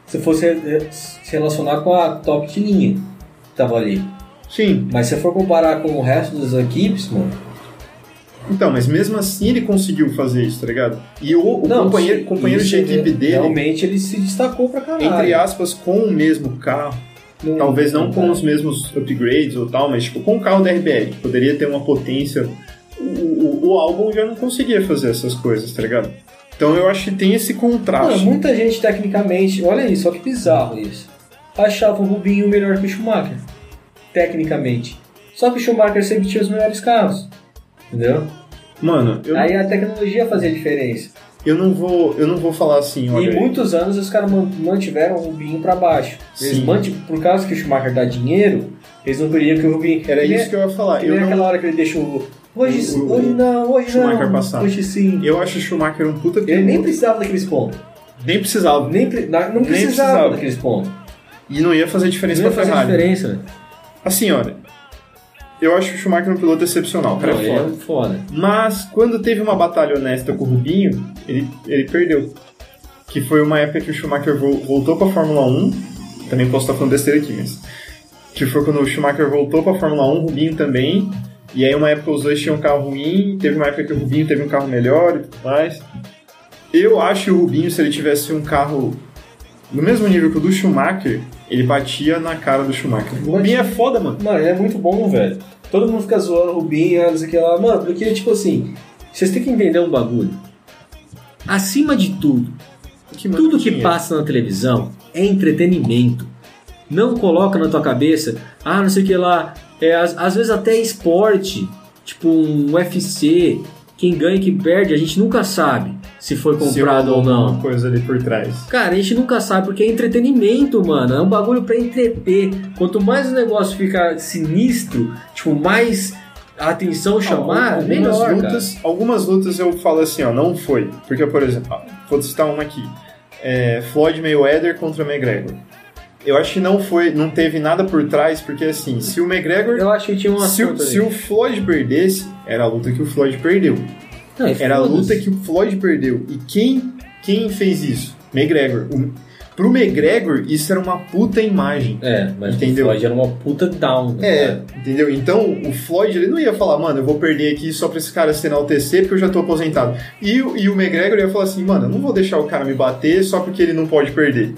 Speaker 4: Se fosse eh, se relacionar com a top de linha que tava ali.
Speaker 3: Sim,
Speaker 4: Mas se eu for comparar com o resto das equipes, mano.
Speaker 3: então, mas mesmo assim ele conseguiu fazer isso, tá ligado? E o, o companheiro,
Speaker 4: se-
Speaker 3: companheiro de
Speaker 4: isso,
Speaker 3: equipe
Speaker 4: né,
Speaker 3: dele,
Speaker 4: Realmente ele se destacou pra caralho.
Speaker 3: entre aspas, com o mesmo carro,
Speaker 4: Não-
Speaker 3: talvez não
Speaker 4: é.
Speaker 3: com os mesmos upgrades ou tal, mas tipo, com o carro da RBR, que poderia ter uma potência. O, o, o álbum já não conseguia fazer essas coisas, tá ligado? Então eu acho que tem esse
Speaker 4: Mano,
Speaker 3: contraste.
Speaker 4: muita gente tecnicamente, olha isso, olha que bizarro isso. Achava o Rubinho melhor que o Schumacher, tecnicamente. Só que o Schumacher sempre tinha os melhores carros. Entendeu?
Speaker 3: Mano, eu,
Speaker 4: Aí a tecnologia fazia diferença.
Speaker 3: eu não vou eu não vou falar assim,
Speaker 4: E
Speaker 3: olha.
Speaker 4: muitos anos os caras man- mantiveram o Rubinho pra baixo. Eles
Speaker 3: Sim.
Speaker 4: mante- por causa que o Schumacher dá dinheiro, eles não queriam que o Rubinho.
Speaker 3: Era
Speaker 4: que nem-
Speaker 3: isso que eu ia falar.
Speaker 4: que
Speaker 3: é- Eu
Speaker 4: nem
Speaker 3: não-
Speaker 4: aquela hora que ele deixa o. Hoje,
Speaker 3: O- o-
Speaker 4: hoje não, hoje
Speaker 3: Schumacher
Speaker 4: não.
Speaker 3: passar.
Speaker 4: Hoje sim.
Speaker 3: Eu acho o Schumacher um puta
Speaker 4: Ele nem
Speaker 3: piloto.
Speaker 4: precisava daqueles pontos.
Speaker 3: nem precisava.
Speaker 4: Nem, pre- na- não
Speaker 3: Nem
Speaker 4: precisava,
Speaker 3: precisava.
Speaker 4: daqueles pontos.
Speaker 3: E não ia fazer
Speaker 4: Não
Speaker 3: diferença
Speaker 4: ia
Speaker 3: pra
Speaker 4: fazer
Speaker 3: Ferrari.
Speaker 4: diferença. né?
Speaker 3: Assim, olha. Eu acho o Schumacher um piloto excepcional, o cara.
Speaker 4: Não,
Speaker 3: é
Speaker 4: ele
Speaker 3: foda.
Speaker 4: é foda.
Speaker 3: Mas quando teve uma batalha honesta com o Rubinho, ele, ele perdeu. Que foi uma época que o Schumacher vo- voltou pra Fórmula 1. Também posso estar falando besteira aqui, mas. Que foi quando o Schumacher voltou pra Fórmula 1, o Rubinho também. E aí uma época os dois tinham um carro ruim, teve uma época que o Rubinho teve um carro melhor e tudo mais. Eu acho que o Rubinho, se ele tivesse um carro no mesmo nível que o do Schumacher, ele batia na cara do Schumacher. O Rubinho é foda, mano.
Speaker 4: Mano, ele é muito bom, velho. Todo mundo fica zoando o Rubinho, ah, não sei o que lá. Mano, porque, tipo assim, vocês têm que entender um bagulho. Acima de tudo,
Speaker 1: Que manda
Speaker 4: tudo que
Speaker 1: dinheiro.
Speaker 4: passa na televisão é entretenimento. Não coloca na tua cabeça, ah, não sei o que lá. É, às, às vezes até esporte, tipo um UFC, quem ganha e quem perde, a gente nunca sabe se foi
Speaker 3: Se
Speaker 4: comprado
Speaker 3: rolou
Speaker 4: ou não.
Speaker 3: alguma coisa ali por trás.
Speaker 4: Cara, a gente nunca sabe porque é entretenimento, mano. É um bagulho pra entreter. Quanto mais o negócio fica sinistro, tipo, mais a atenção chamar,
Speaker 1: Algumas
Speaker 4: melhor,
Speaker 1: lutas-
Speaker 3: Algumas Ah, lutas eu falo assim, ó, não foi. Porque, por exemplo, ó, vou citar uma aqui. É, Floyd Mayweather contra McGregor. Eu acho que não foi, não teve nada por trás, porque assim, se o
Speaker 4: cara.
Speaker 3: McGregor.
Speaker 4: Eu acho que tinha um
Speaker 3: Se o,
Speaker 4: assunto
Speaker 3: se o Floyd perdesse, era a luta que o Floyd perdeu. Era a luta que o Floyd perdeu. E quem, quem fez isso? McGregor. O, pro McGregor, isso era uma puta imagem.
Speaker 4: É, mas
Speaker 3: Entendeu?
Speaker 4: o Floyd era uma puta down. né?
Speaker 3: É, entendeu? Então, o Floyd, ele não ia falar, mano, eu vou perder aqui só pra esse cara se enaltecer porque eu já tô aposentado. E, o- e o McGregor ia falar assim, mano, eu não vou deixar o cara me bater só porque ele não pode perder.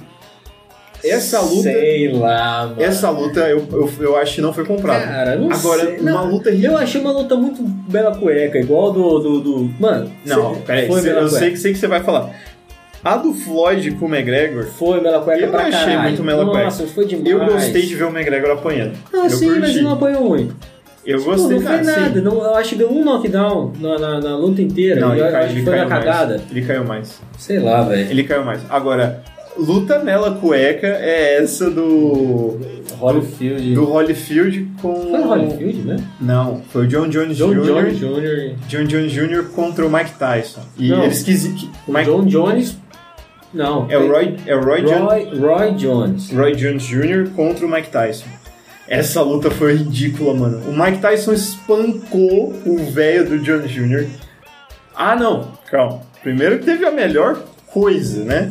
Speaker 3: Essa luta,
Speaker 4: Sei lá, mano.
Speaker 3: essa luta eu, eu, eu acho que não foi comprada.
Speaker 4: Cara, não
Speaker 3: Agora,
Speaker 4: sei.
Speaker 3: uma
Speaker 4: Não,
Speaker 3: luta
Speaker 4: Eu achei uma luta muito bela cueca, igual do. do, do- Mano,
Speaker 3: Não,
Speaker 4: cê-
Speaker 3: peraí,
Speaker 4: foi
Speaker 3: cê-
Speaker 4: bela
Speaker 3: eu
Speaker 4: cueca.
Speaker 3: sei que, sei que você vai falar. A do Floyd com o McGregor,
Speaker 4: Foi mela cueca
Speaker 3: Eu
Speaker 4: pra
Speaker 3: achei
Speaker 4: caralho.
Speaker 3: muito mela cueca.
Speaker 4: Nossa, foi demais.
Speaker 3: eu gostei de ver o McGregor apanhando.
Speaker 4: Ah,
Speaker 3: eu
Speaker 4: sim, mas
Speaker 3: curti.
Speaker 4: não apanhou muito.
Speaker 3: Eu
Speaker 4: Pô,
Speaker 3: gostei
Speaker 4: Tipo, não foi
Speaker 3: ah, sim.
Speaker 4: nada. Não, eu acho que deu um knockdown na, na, na luta inteira.
Speaker 3: Não,
Speaker 4: e
Speaker 3: ele,
Speaker 4: eu
Speaker 3: cai-
Speaker 4: acho que
Speaker 3: ele
Speaker 4: foi
Speaker 3: caiu
Speaker 4: uma cagada.
Speaker 3: mais. Ele caiu mais.
Speaker 4: Sei lá, velho.
Speaker 3: Ele caiu mais. Agora, luta mela cueca é essa do.
Speaker 4: Holyfield.
Speaker 3: Do Holyfield com.
Speaker 4: Foi o Holyfield, né?
Speaker 3: Não, foi o John Jones
Speaker 4: John
Speaker 3: Jr.
Speaker 4: Jones Jr.
Speaker 3: John Jones Jr. contra o Mike Tyson. E
Speaker 4: Não.
Speaker 3: eles quis. que-
Speaker 4: O
Speaker 3: Mike-
Speaker 4: John Jones. Não.
Speaker 3: É o Roy, é o Roy, Jones-
Speaker 4: Roy, Roy Jones.
Speaker 3: Roy Jones Jr. contra o Mike Tyson. Essa luta foi ridícula, mano. O Mike Tyson espancou o velho do John Jr. Ah, não. Calma. Primeiro que teve a melhor coisa, né?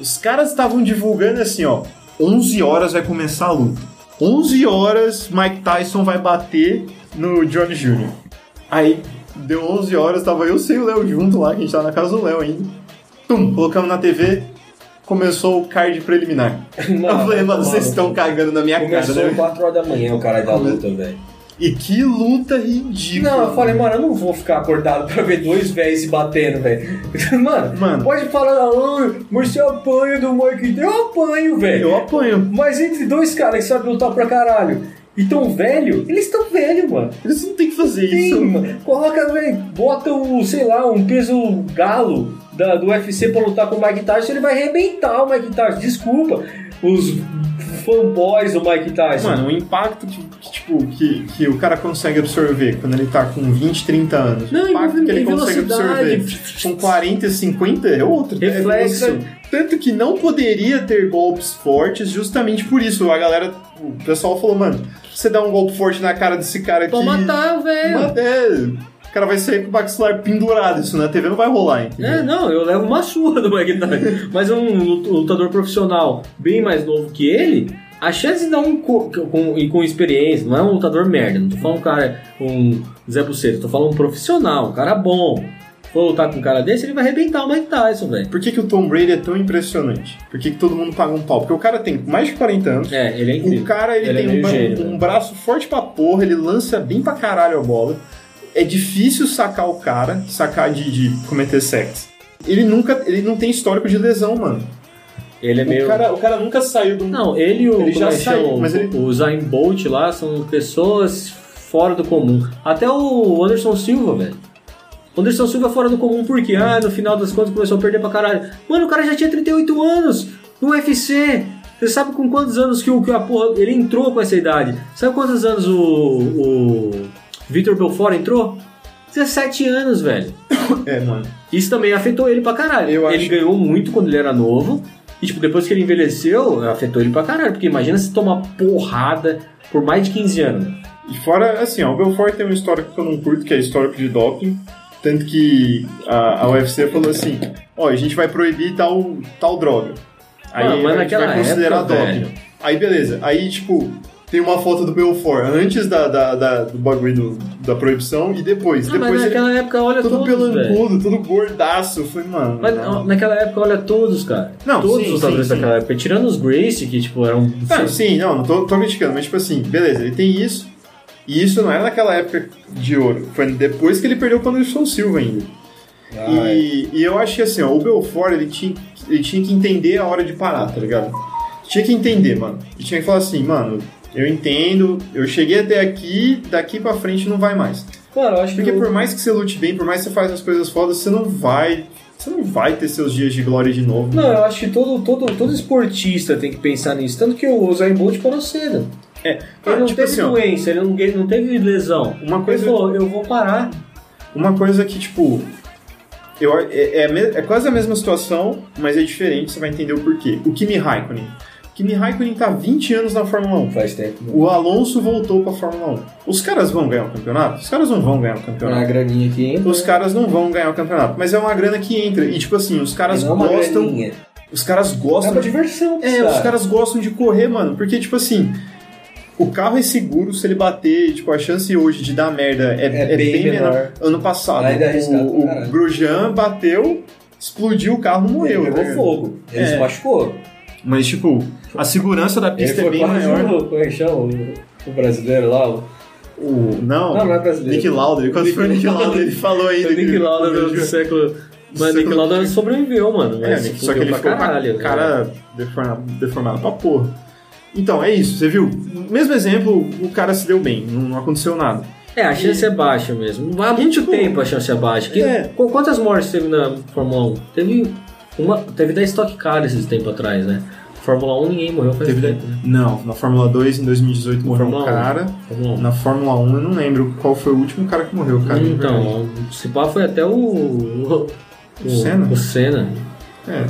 Speaker 3: Os caras estavam divulgando assim, ó. 11 horas vai começar a luta. 11 horas, Mike Tyson vai bater no John Jr. Aí, deu 11 horas, tava eu sei o Léo junto lá, que a gente tava na casa do Léo ainda. Tum, colocamos na TV, começou o card preliminar. eu falei, mano, vocês estão cagando na minha cara,
Speaker 4: Começou
Speaker 3: né?
Speaker 4: 4 horas da manhã o cara da luta, velho.
Speaker 3: E que luta ridícula.
Speaker 4: Não, eu falei, mano, eu não vou ficar acordado pra ver dois velhos se batendo, velho. Mano,
Speaker 3: Mano.
Speaker 4: pode falar, ah, mas você apanha do Mike. Eu apanho, velho.
Speaker 3: Eu apanho.
Speaker 4: Mas entre dois caras que sabem lutar pra caralho e tão velho, eles tão velho, mano.
Speaker 3: Eles não tem que fazer
Speaker 4: Tem,
Speaker 3: isso.
Speaker 4: mano. Coloca, velho, bota o, sei lá, um peso galo da, do UFC pra lutar com o Mike Tyson, ele vai arrebentar o Mike Tyson. Desculpa, os fanboys do Mike Tyson.
Speaker 3: Mano, o impacto que, que, tipo, que, que o cara consegue absorver quando ele tá com 20, 30 anos.
Speaker 4: Não,
Speaker 3: o
Speaker 4: e
Speaker 3: impacto que ele
Speaker 4: velo- e
Speaker 3: consegue
Speaker 4: velocidade.
Speaker 3: absorver com 40, 50 é outro. É
Speaker 4: Reflexo.
Speaker 3: velocidade. Tanto que não poderia ter golpes fortes justamente por isso. A galera, o pessoal falou, mano, você dá um golpe forte na cara desse cara aqui...
Speaker 4: pra matar, velho.
Speaker 3: Mas é, o cara vai sair com o maxilar pendurado. Isso na TV não vai rolar, entendeu?
Speaker 4: É, não, eu levo uma surra do Mike Tyson. Mas um lut- lutador profissional bem mais novo que ele, a chance de dar um. co- com, e com experiência, não é um lutador merda, não tô falando um cara, um Zé Buceiro, tô falando um profissional, um cara bom. For lutar com um cara desse, ele vai arrebentar o Mike Tyson, velho.
Speaker 3: Por que, que o Tom Brady é tão impressionante? Por que, que todo mundo paga um pau? Porque o cara tem mais de 40 anos,
Speaker 4: É, ele é
Speaker 3: O
Speaker 4: incrível.
Speaker 3: cara, ele,
Speaker 4: Ele é
Speaker 3: tem um,
Speaker 4: meio
Speaker 3: bra-
Speaker 4: gênio,
Speaker 3: um
Speaker 4: né?
Speaker 3: braço forte pra porra, ele lança bem pra caralho a bola. É difícil sacar o cara, sacar de, de cometer sexo. Ele nunca, ele não tem histórico de lesão, mano.
Speaker 4: Ele é meio.
Speaker 3: O, cara, o cara nunca saiu do...
Speaker 4: Não, ele e o.
Speaker 3: Ele
Speaker 4: como
Speaker 3: já
Speaker 4: é que
Speaker 3: saiu,
Speaker 4: chama?
Speaker 3: mas ele-
Speaker 4: O Zayn Bolt lá são pessoas fora do comum. Até o Anderson Silva, velho. O Anderson Silva é fora do comum porque, ah, no final das contas começou a perder pra caralho. Mano, o cara já tinha 38 anos no UFC. Você sabe com quantos anos que o que a porra. Ele entrou com essa idade. Sabe quantos anos o. o Vitor Belfort entrou? 17 anos, velho.
Speaker 3: É, mano.
Speaker 4: Isso também afetou ele pra caralho.
Speaker 3: Eu
Speaker 4: ele
Speaker 3: acho-
Speaker 4: ganhou muito quando ele era novo. E, tipo, depois que ele envelheceu, afetou ele pra caralho. Porque imagina se tomar porrada por mais de 15 anos.
Speaker 3: E fora, assim, ó, o Belfort tem um histórico que eu não curto, que é histórico de doping. Tanto que a, a UFC falou assim, ó, a gente vai proibir tal, tal droga. Aí
Speaker 4: Mano, mas
Speaker 3: a gente
Speaker 4: naquela
Speaker 3: vai considerar
Speaker 4: época,
Speaker 3: doping.
Speaker 4: velho.
Speaker 3: Aí beleza, aí tipo, tem uma foto do Belfort antes da, da, da- do bagulho do- da proibição e depois.
Speaker 4: Ah,
Speaker 3: depois
Speaker 4: mas
Speaker 3: ele
Speaker 4: naquela época olha
Speaker 3: todo
Speaker 4: todos, velho.
Speaker 3: pelancudo, todo gordaço. Eu falei, mano.
Speaker 4: Mas
Speaker 3: não.
Speaker 4: ó, naquela época olha todos, cara.
Speaker 8: Não,
Speaker 4: todos
Speaker 8: sim,
Speaker 4: os
Speaker 8: sim,
Speaker 4: atores
Speaker 8: sim.
Speaker 4: daquela época. Tirando os Grace, que tipo eram.
Speaker 3: Não, sim, não, não tô, tô criticando, mas tipo assim, beleza, ele tem isso. E isso não é naquela época de ouro. Foi depois que ele perdeu o Anderson Silva ainda.
Speaker 4: Ah, é.
Speaker 3: e, e eu acho que assim, ó, o Belfort ele tinha, ele tinha que entender a hora de parar, tá ligado? Tinha que entender, mano. Ele tinha que falar assim, mano, eu entendo, eu cheguei até aqui, daqui pra frente não vai mais.
Speaker 4: Cara, eu acho
Speaker 3: Porque
Speaker 4: que. o-
Speaker 3: por mais que você lute bem, por mais que você faça as coisas fodas, você não vai. Você não vai ter seus dias de glória de novo.
Speaker 4: Não, eu acho que todo, todo, todo esportista tem que pensar nisso. Tanto que o Usain Bolt parou cedo. Ele
Speaker 3: Ah,
Speaker 4: não
Speaker 3: tipo
Speaker 4: teve
Speaker 3: assim, ó,
Speaker 4: doença, ele não, ele não teve lesão.
Speaker 3: Uma coisa-
Speaker 4: Ele falou, eu vou parar.
Speaker 3: Uma coisa que, tipo. Eu, é, é, a me- é quase a mesma situação, mas é diferente, você vai entender o porquê. O Kimi Raikkonen. O Kimi Raikkonen tá 20 anos na Fórmula 1.
Speaker 4: Faz tempo. né?
Speaker 3: O Alonso voltou pra Fórmula 1. Os caras vão ganhar o campeonato? Os caras não vão ganhar o
Speaker 4: Uma
Speaker 3: campeonato.
Speaker 4: graninha aqui, hein?
Speaker 3: Os caras não vão ganhar o campeonato, mas é uma grana que entra. E tipo assim, os caras
Speaker 4: Não é uma
Speaker 3: gostam.
Speaker 4: graninha.
Speaker 3: Os caras
Speaker 4: É
Speaker 3: gostam
Speaker 4: uma
Speaker 3: de
Speaker 4: diversão.
Speaker 3: É, os caras gostam de correr, mano, porque, tipo assim, o carro é seguro se ele bater, tipo, a chance hoje de dar merda é, é bem, menor. Ano passado,
Speaker 9: Ainda é arriscado
Speaker 3: o,
Speaker 9: pra
Speaker 3: o
Speaker 9: caralho.
Speaker 3: Grosjean bateu, explodiu o carro, morreu.
Speaker 9: Ele
Speaker 3: tá
Speaker 9: pegou
Speaker 3: ligado?
Speaker 9: fogo. Ele se
Speaker 3: É.
Speaker 9: machucou.
Speaker 8: Mas, tipo, a segurança da
Speaker 9: Ele
Speaker 8: pista é
Speaker 9: foi
Speaker 8: bem
Speaker 9: quase
Speaker 8: maior.
Speaker 9: o, como é que chama? o, o brasileiro lá. O,
Speaker 3: O, não,
Speaker 9: não, não é brasileiro.
Speaker 3: Nick Lauda, quando
Speaker 9: Nick
Speaker 3: foi o Nick Lauda, ele falou ainda.
Speaker 4: O Nick
Speaker 3: que-
Speaker 4: Lauda do, do século. Mas Nick Lauda sobreviveu, mano.
Speaker 3: É,
Speaker 4: Mas
Speaker 3: Nick,
Speaker 4: se
Speaker 3: só que ele
Speaker 4: fudeu
Speaker 3: ficou
Speaker 4: pra
Speaker 3: com
Speaker 4: caralho. né?
Speaker 3: a cara deformado, deformado pra porra. Então, é isso, você viu? Mesmo exemplo, o cara se deu bem, não- não aconteceu nada.
Speaker 4: É, a chance é baixa mesmo.
Speaker 3: E,
Speaker 4: Há muito
Speaker 3: tipo,
Speaker 4: tempo a chance é baixa. Que-
Speaker 3: é.
Speaker 4: qu- Quantas mortes teve na Fórmula 1? Teve uma, teve da Stock Car esses tempo atrás, né? Fórmula 1 ninguém morreu faz
Speaker 3: Teve
Speaker 4: tempo. né?
Speaker 3: da- Não, na Fórmula 2 em 2018 morreu
Speaker 4: Fórmula
Speaker 3: um
Speaker 4: 1.
Speaker 3: cara.
Speaker 4: Fórmula 1.
Speaker 3: Na Fórmula 1 eu não lembro qual foi o último cara que morreu, cara. de verdade.
Speaker 4: então, se pá foi até o. O, o
Speaker 3: Senna?
Speaker 4: o Senna.
Speaker 3: É.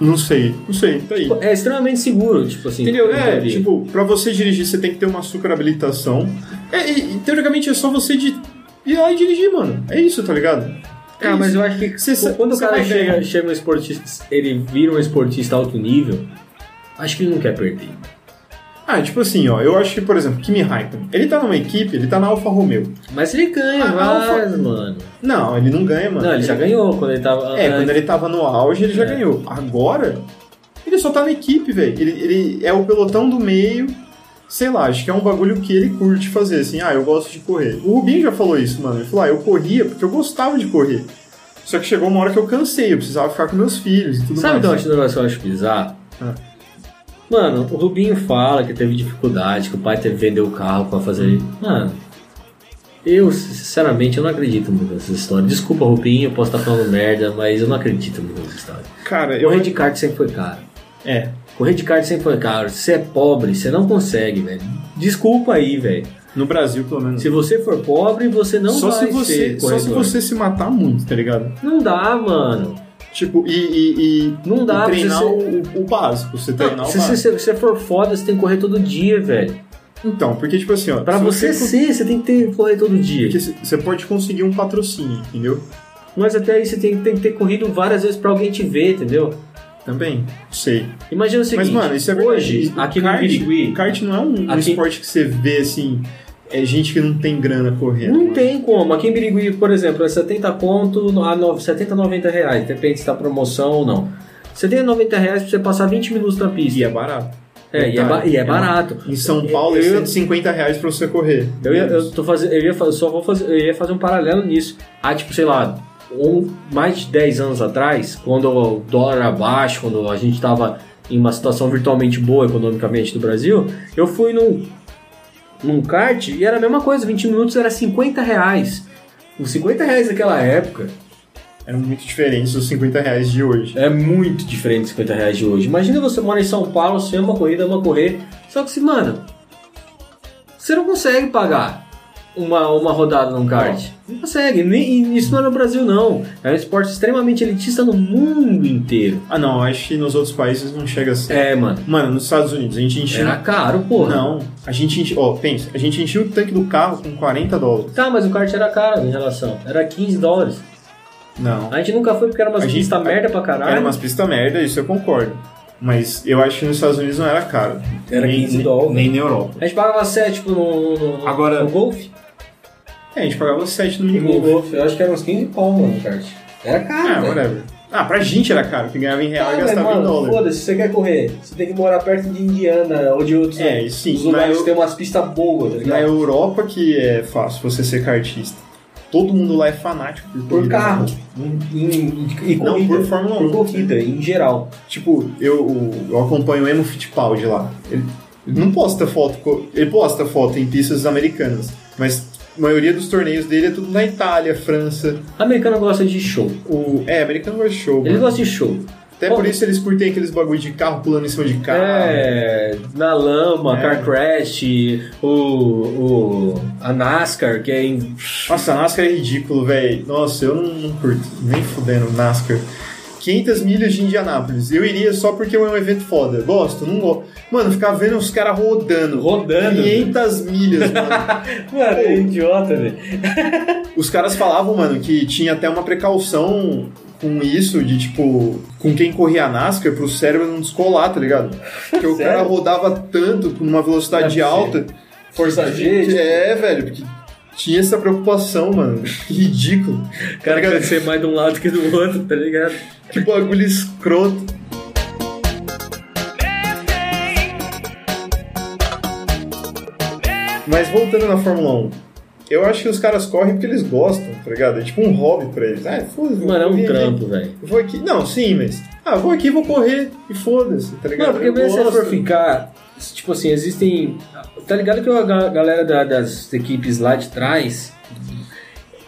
Speaker 3: Não sei, não sei, tá aí.
Speaker 4: Tipo, É extremamente seguro, tipo assim.
Speaker 3: Entendeu?
Speaker 4: em
Speaker 3: É,
Speaker 4: teoria.
Speaker 3: tipo, pra você dirigir você tem que ter uma super habilitação. É, e, e, teoricamente é só você de ir lá e dirigir, mano. É isso, tá ligado? É
Speaker 4: Cara, Ah, mas
Speaker 3: isso.
Speaker 4: eu acho que
Speaker 3: Cê sa-
Speaker 4: quando o
Speaker 3: cê
Speaker 4: cara
Speaker 3: vai
Speaker 4: chega,
Speaker 3: ganhar.
Speaker 4: chega um esportista, ele vira um esportista alto nível, acho que ele não quer perder.
Speaker 3: Ah, tipo assim, ó, eu acho que, por exemplo, Kimi Raikkonen, ele tá numa equipe, ele tá na Alfa Romeo.
Speaker 4: Mas ele ganha,
Speaker 3: Ah,
Speaker 4: várias,
Speaker 3: Alfa-
Speaker 4: mano.
Speaker 3: Não, ele não ganha, mano.
Speaker 4: Não, ele já ganhou quando ele tava.
Speaker 3: É, quando ele tava no auge, ele já
Speaker 4: É.
Speaker 3: ganhou. Agora, ele só tá na equipe, velho. Ele, ele é o pelotão do meio. Sei lá, acho que é um bagulho que ele curte fazer, assim, ah, eu gosto de correr. O Rubinho já falou isso, mano. Ele falou, ah, eu corria porque eu gostava de correr. Só que chegou uma hora que eu cansei, eu precisava ficar com meus filhos e tudo
Speaker 4: Sabe de
Speaker 3: mais.
Speaker 4: onde o negócio eu acho bizarro?
Speaker 3: Ah.
Speaker 4: Mano, o Rubinho fala que teve dificuldade, que o pai teve que vender o carro pra fazer.
Speaker 3: Hum.
Speaker 4: Mano, eu sinceramente eu não acredito muito nessas histórias. Desculpa, Rubinho, eu posso estar falando merda, mas eu não acredito muito nessas histórias.
Speaker 3: Cara, eu.
Speaker 4: Correr de kart sempre foi caro.
Speaker 3: É.
Speaker 4: Correr de kart sempre foi caro. Você é pobre, você não consegue, velho. Desculpa aí, velho.
Speaker 3: No Brasil, pelo menos.
Speaker 4: Se você for pobre, você não
Speaker 3: só
Speaker 4: vai
Speaker 3: se você,
Speaker 4: ser
Speaker 3: só se
Speaker 4: corredor.
Speaker 3: você se matar muito, tá ligado?
Speaker 4: Não dá, mano.
Speaker 3: Tipo, e. e, e
Speaker 4: Não dá,
Speaker 3: treinar
Speaker 4: você-
Speaker 3: o, o básico, você treinar o
Speaker 4: Se
Speaker 3: básico.
Speaker 4: você se você for foda, você tem que correr todo dia, velho.
Speaker 3: Então, porque, tipo assim, ó.
Speaker 4: Pra
Speaker 3: se
Speaker 4: você
Speaker 3: você
Speaker 4: ser, você tem que ter correr todo dia.
Speaker 3: Porque c- você pode conseguir um patrocínio, entendeu?
Speaker 4: Mas até aí você tem, tem que ter corrido várias vezes pra alguém te ver, entendeu?
Speaker 3: Também. Sei.
Speaker 4: Imagina o seguinte,
Speaker 3: Mas, mano, isso é verdade.
Speaker 4: hoje,
Speaker 3: O
Speaker 4: aqui no
Speaker 3: kart,
Speaker 4: Birigui,
Speaker 3: O kart não é um, um
Speaker 4: Aqui-
Speaker 3: esporte que você vê, assim, é gente que não tem grana correndo.
Speaker 4: Não
Speaker 3: mano.
Speaker 4: tem como. Aqui em Birigui, por exemplo, é 70 conto a nove- 70, 90 reais. Depende se tá promoção ou não. 70, 90 reais pra você passar 20 minutos na pista.
Speaker 3: E é né? barato.
Speaker 4: É, e é, ba- e é barato.
Speaker 3: Em São Paulo é
Speaker 4: Eu-
Speaker 3: 150 reais pra você correr.
Speaker 4: Eu, ia, eu tô fazendo, eu ia fa- só vou fazer, eu ia fazer um paralelo nisso. Ah, tipo, sei lá, um, mais de 10 anos atrás, quando o dólar era baixo, quando a gente tava em uma situação virtualmente boa economicamente do Brasil, eu fui num, num kart e era a mesma coisa, 20 minutos era 50 reais. Os 50 reais daquela época
Speaker 3: É muito diferente dos 50 reais de hoje.
Speaker 4: é muito diferente dos 50 reais de hoje. Imagina você mora em São Paulo, você ama corrida, ama correr. Só que se, mano, você não consegue pagar uma, uma rodada num kart. Não consegue. Nem, e isso não é no Brasil, não. É um esporte extremamente elitista no mundo inteiro.
Speaker 3: Ah, não, acho que nos outros países não chega assim.
Speaker 4: É, mano.
Speaker 3: Mano, nos Estados Unidos, a gente encheu.
Speaker 4: Era caro, porra.
Speaker 3: Não, a gente encheu. Ó, pensa, a gente encheu o tanque do carro com 40 dólares.
Speaker 4: Tá, mas o kart era caro em relação. Era 15 dólares.
Speaker 3: Não.
Speaker 4: A gente nunca foi porque era umas
Speaker 3: A gente-
Speaker 4: pistas merda pra caralho.
Speaker 3: Era umas pistas merda, isso eu concordo. Mas eu acho que nos Estados Unidos não era caro.
Speaker 4: Era
Speaker 3: nem,
Speaker 4: 15
Speaker 3: nem-
Speaker 4: dólares.
Speaker 3: Nem na Europa.
Speaker 4: A gente pagava 7 tipo, no, no, no,
Speaker 3: Agora-
Speaker 4: no golfe.
Speaker 3: É, a gente pagava 7 no
Speaker 4: No
Speaker 3: minigolf.
Speaker 4: golfe, eu acho que era uns 15 pau, mano, o kart. Era caro, né?
Speaker 3: Ah,
Speaker 4: velho.
Speaker 3: whatever. Ah, pra gente era caro, que ganhava em real
Speaker 4: Ah,
Speaker 3: e
Speaker 4: mas,
Speaker 3: gastava em
Speaker 4: mano,
Speaker 3: dólar.
Speaker 4: Foda-se, você quer correr, você tem que morar perto de Indiana ou de outros
Speaker 3: É, isso sim,
Speaker 4: dos lugares
Speaker 3: mas
Speaker 4: que
Speaker 3: eu-
Speaker 4: tem umas pistas boas, tá ligado?
Speaker 3: Na Europa que é fácil você ser cartista. Todo mundo lá é fanático por
Speaker 4: Por
Speaker 3: corrida.
Speaker 4: carro. Em- em- e
Speaker 3: Não,
Speaker 4: corrida,
Speaker 3: por Fórmula
Speaker 4: Por
Speaker 3: 1.
Speaker 4: corrida, em geral.
Speaker 3: Tipo, eu, eu acompanho o Emo Fittipaldi lá. Ele, ele não posta foto. co- Ele posta foto em pistas americanas. Mas a maioria dos torneios dele é tudo na Itália, França.
Speaker 4: O americano gosta de show.
Speaker 3: O, é, americano vai show.
Speaker 4: Ele
Speaker 3: mano.
Speaker 4: gosta de show.
Speaker 3: Até por isso eles curtem aqueles bagulho de carro pulando em cima de carro.
Speaker 4: É, na lama,
Speaker 3: É.
Speaker 4: car crash, o, o, a NASCAR, que é em.
Speaker 3: Nossa, NASCAR é ridículo, velho. Nossa, eu não, não curto. Nem fudendo NASCAR. 500 milhas de Indianápolis. Eu iria só porque é um evento foda. Gosto, não gosto. Mano, ficar vendo os caras rodando.
Speaker 4: Rodando.
Speaker 3: 500 milhas, mano.
Speaker 4: Mano, é idiota, velho.
Speaker 3: Os caras falavam, mano, que tinha até uma precaução com isso, de tipo, com quem corria a NASCAR, pro cérebro não descolar, tá ligado? Porque o
Speaker 4: Sério?
Speaker 3: cara rodava tanto, com uma velocidade
Speaker 4: Não é
Speaker 3: alta.
Speaker 4: Força G, tipo,
Speaker 3: É, velho, porque tinha essa preocupação, mano. Que ridículo.
Speaker 4: o
Speaker 3: Tá
Speaker 4: cara
Speaker 3: ligado?
Speaker 4: quer ser mais de um lado que do outro, tá ligado?
Speaker 3: Que bagulho escroto. Mas voltando na Fórmula 1, eu acho que os caras correm porque eles gostam, tá ligado? É tipo um hobby pra eles. Ah, foda-se. vou
Speaker 4: Mano, é um
Speaker 3: correr aqui.
Speaker 4: trampo, velho.
Speaker 3: Eu Vou aqui. Não, sim, mas. Ah, vou aqui, vou correr e foda-se, tá ligado?
Speaker 4: Mano, porque
Speaker 3: Eu
Speaker 4: mesmo se você
Speaker 3: gosto.
Speaker 4: for ficar. Tipo assim, existem. Tá ligado que a ga- galera da- das equipes lá de trás.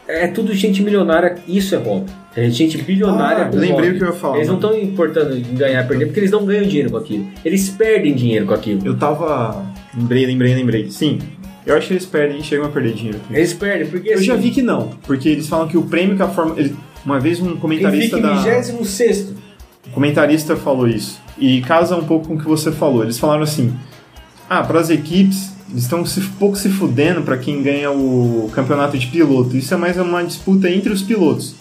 Speaker 4: É tudo gente milionária, isso é bom. É gente bilionária.
Speaker 3: Ah,
Speaker 4: com
Speaker 3: lembrei
Speaker 4: hobby.
Speaker 3: o que eu ia falar.
Speaker 4: Eles não estão importando em ganhar, perder, porque eles não ganham dinheiro com aquilo. Eles perdem dinheiro com aquilo.
Speaker 3: Eu tava. Lembrei, lembrei, lembrei. Sim. Eu acho que eles perdem, chegam a perder dinheiro.
Speaker 4: Eles perdem, porque
Speaker 3: Eu
Speaker 4: assim,
Speaker 3: já vi que não, porque eles falam que o prêmio que a Fórmula. ele- Uma vez um
Speaker 4: quem fica
Speaker 3: comentarista
Speaker 4: em
Speaker 3: da.
Speaker 4: 26
Speaker 3: um comentarista falou isso. E casa um pouco com o que você falou. Eles falaram assim: ah, para as equipes, eles estão se, pouco se fudendo para quem ganha o campeonato de piloto. Isso é mais uma disputa entre os pilotos.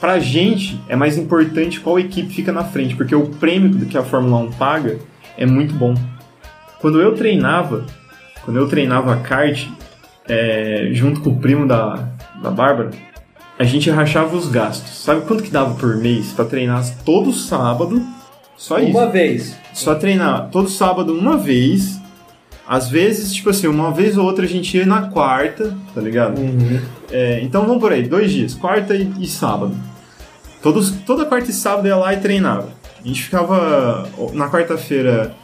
Speaker 3: Pra gente, é mais importante qual equipe fica na frente, porque o prêmio que a Fórmula 1 paga é muito bom. Quando eu treinava, quando eu treinava kart, é, junto com o primo da, da Bárbara, a gente rachava os gastos. Sabe quanto que dava por mês pra treinar todo sábado? Só isso.
Speaker 4: uma vez.
Speaker 3: Só treinar todo sábado uma vez. Às vezes, tipo assim, uma vez ou outra a gente ia na quarta, tá ligado?
Speaker 4: Uhum.
Speaker 3: É, então vamos por aí, dois dias, quarta e, e sábado. Todos, toda quarta e sábado ia lá e treinava. A gente ficava ó, na quarta-feira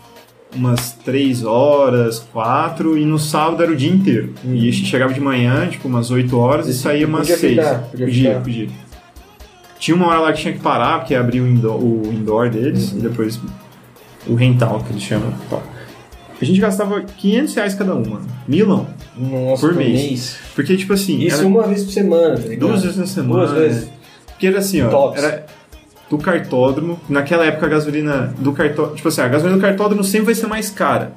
Speaker 3: umas três horas, quatro, e no sábado era o dia inteiro. E a gente chegava de manhã, tipo, umas 8 horas, e saía umas
Speaker 4: Uhum. podia
Speaker 3: seis.
Speaker 4: ficar, podia ficar.
Speaker 3: podia. Tinha uma hora lá que tinha que parar, porque abriu o indoor, o indoor deles,
Speaker 4: Uhum.
Speaker 3: e depois o rental, que eles chamam. e tal. A gente gastava 500 reais cada uma, milão.
Speaker 4: Nossa,
Speaker 3: Por mês. Porque, tipo assim,
Speaker 4: Isso
Speaker 3: era
Speaker 4: uma vez por semana, tá ligado?
Speaker 3: duas vezes na semana.
Speaker 4: Duas vezes.
Speaker 3: né? Porque era assim, ó,
Speaker 4: Tops.
Speaker 3: era do cartódromo. Naquela época a gasolina do cartódromo, tipo assim, a gasolina do cartódromo sempre vai ser mais cara.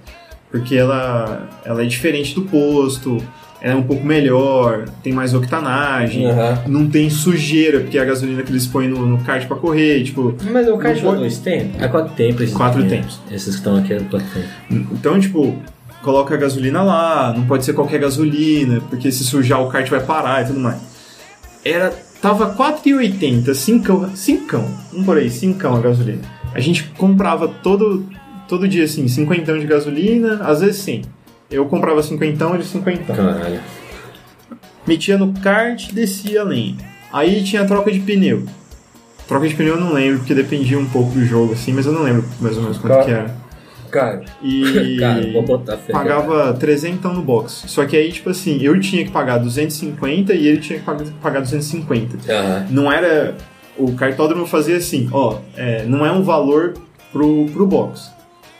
Speaker 3: Porque ela, ela é diferente do posto, ela é um pouco melhor, tem mais octanagem,
Speaker 4: Aham.
Speaker 3: não tem sujeira, porque é a gasolina que eles põem no, no kart pra correr, tipo,
Speaker 4: Mas o kart
Speaker 3: Não
Speaker 4: foi
Speaker 3: foi-
Speaker 4: dois tempos? É quatro tempos. esses
Speaker 3: Quatro
Speaker 4: aqui, né?
Speaker 3: tempos.
Speaker 4: Esses que estão aqui eram quatro tempos.
Speaker 3: Então, tipo, coloca a gasolina lá, não pode ser qualquer gasolina, porque se sujar o kart vai parar e tudo mais. Era. Tava 4,80, 5, 5, um por aí, 5 a gasolina. A gente comprava todo, todo dia assim, 50 de gasolina, às vezes sim. Eu comprava 50, ele 50.
Speaker 4: Caralho.
Speaker 3: Metia no kart e descia a lenha. Aí tinha troca de pneu. Troca de pneu eu não lembro, porque dependia um pouco do jogo, assim, mas eu não lembro mais ou menos quanto
Speaker 4: Cara.
Speaker 3: que era.
Speaker 4: Cara,
Speaker 3: E
Speaker 4: cara, vou botar fé.
Speaker 3: pagava 300 no box. Só que aí, tipo assim, eu tinha que pagar 250 e ele tinha que pag- pagar 250.
Speaker 4: Aham.
Speaker 3: Não era. O cartódromo fazia assim: ó, é, não é um valor pro, pro box.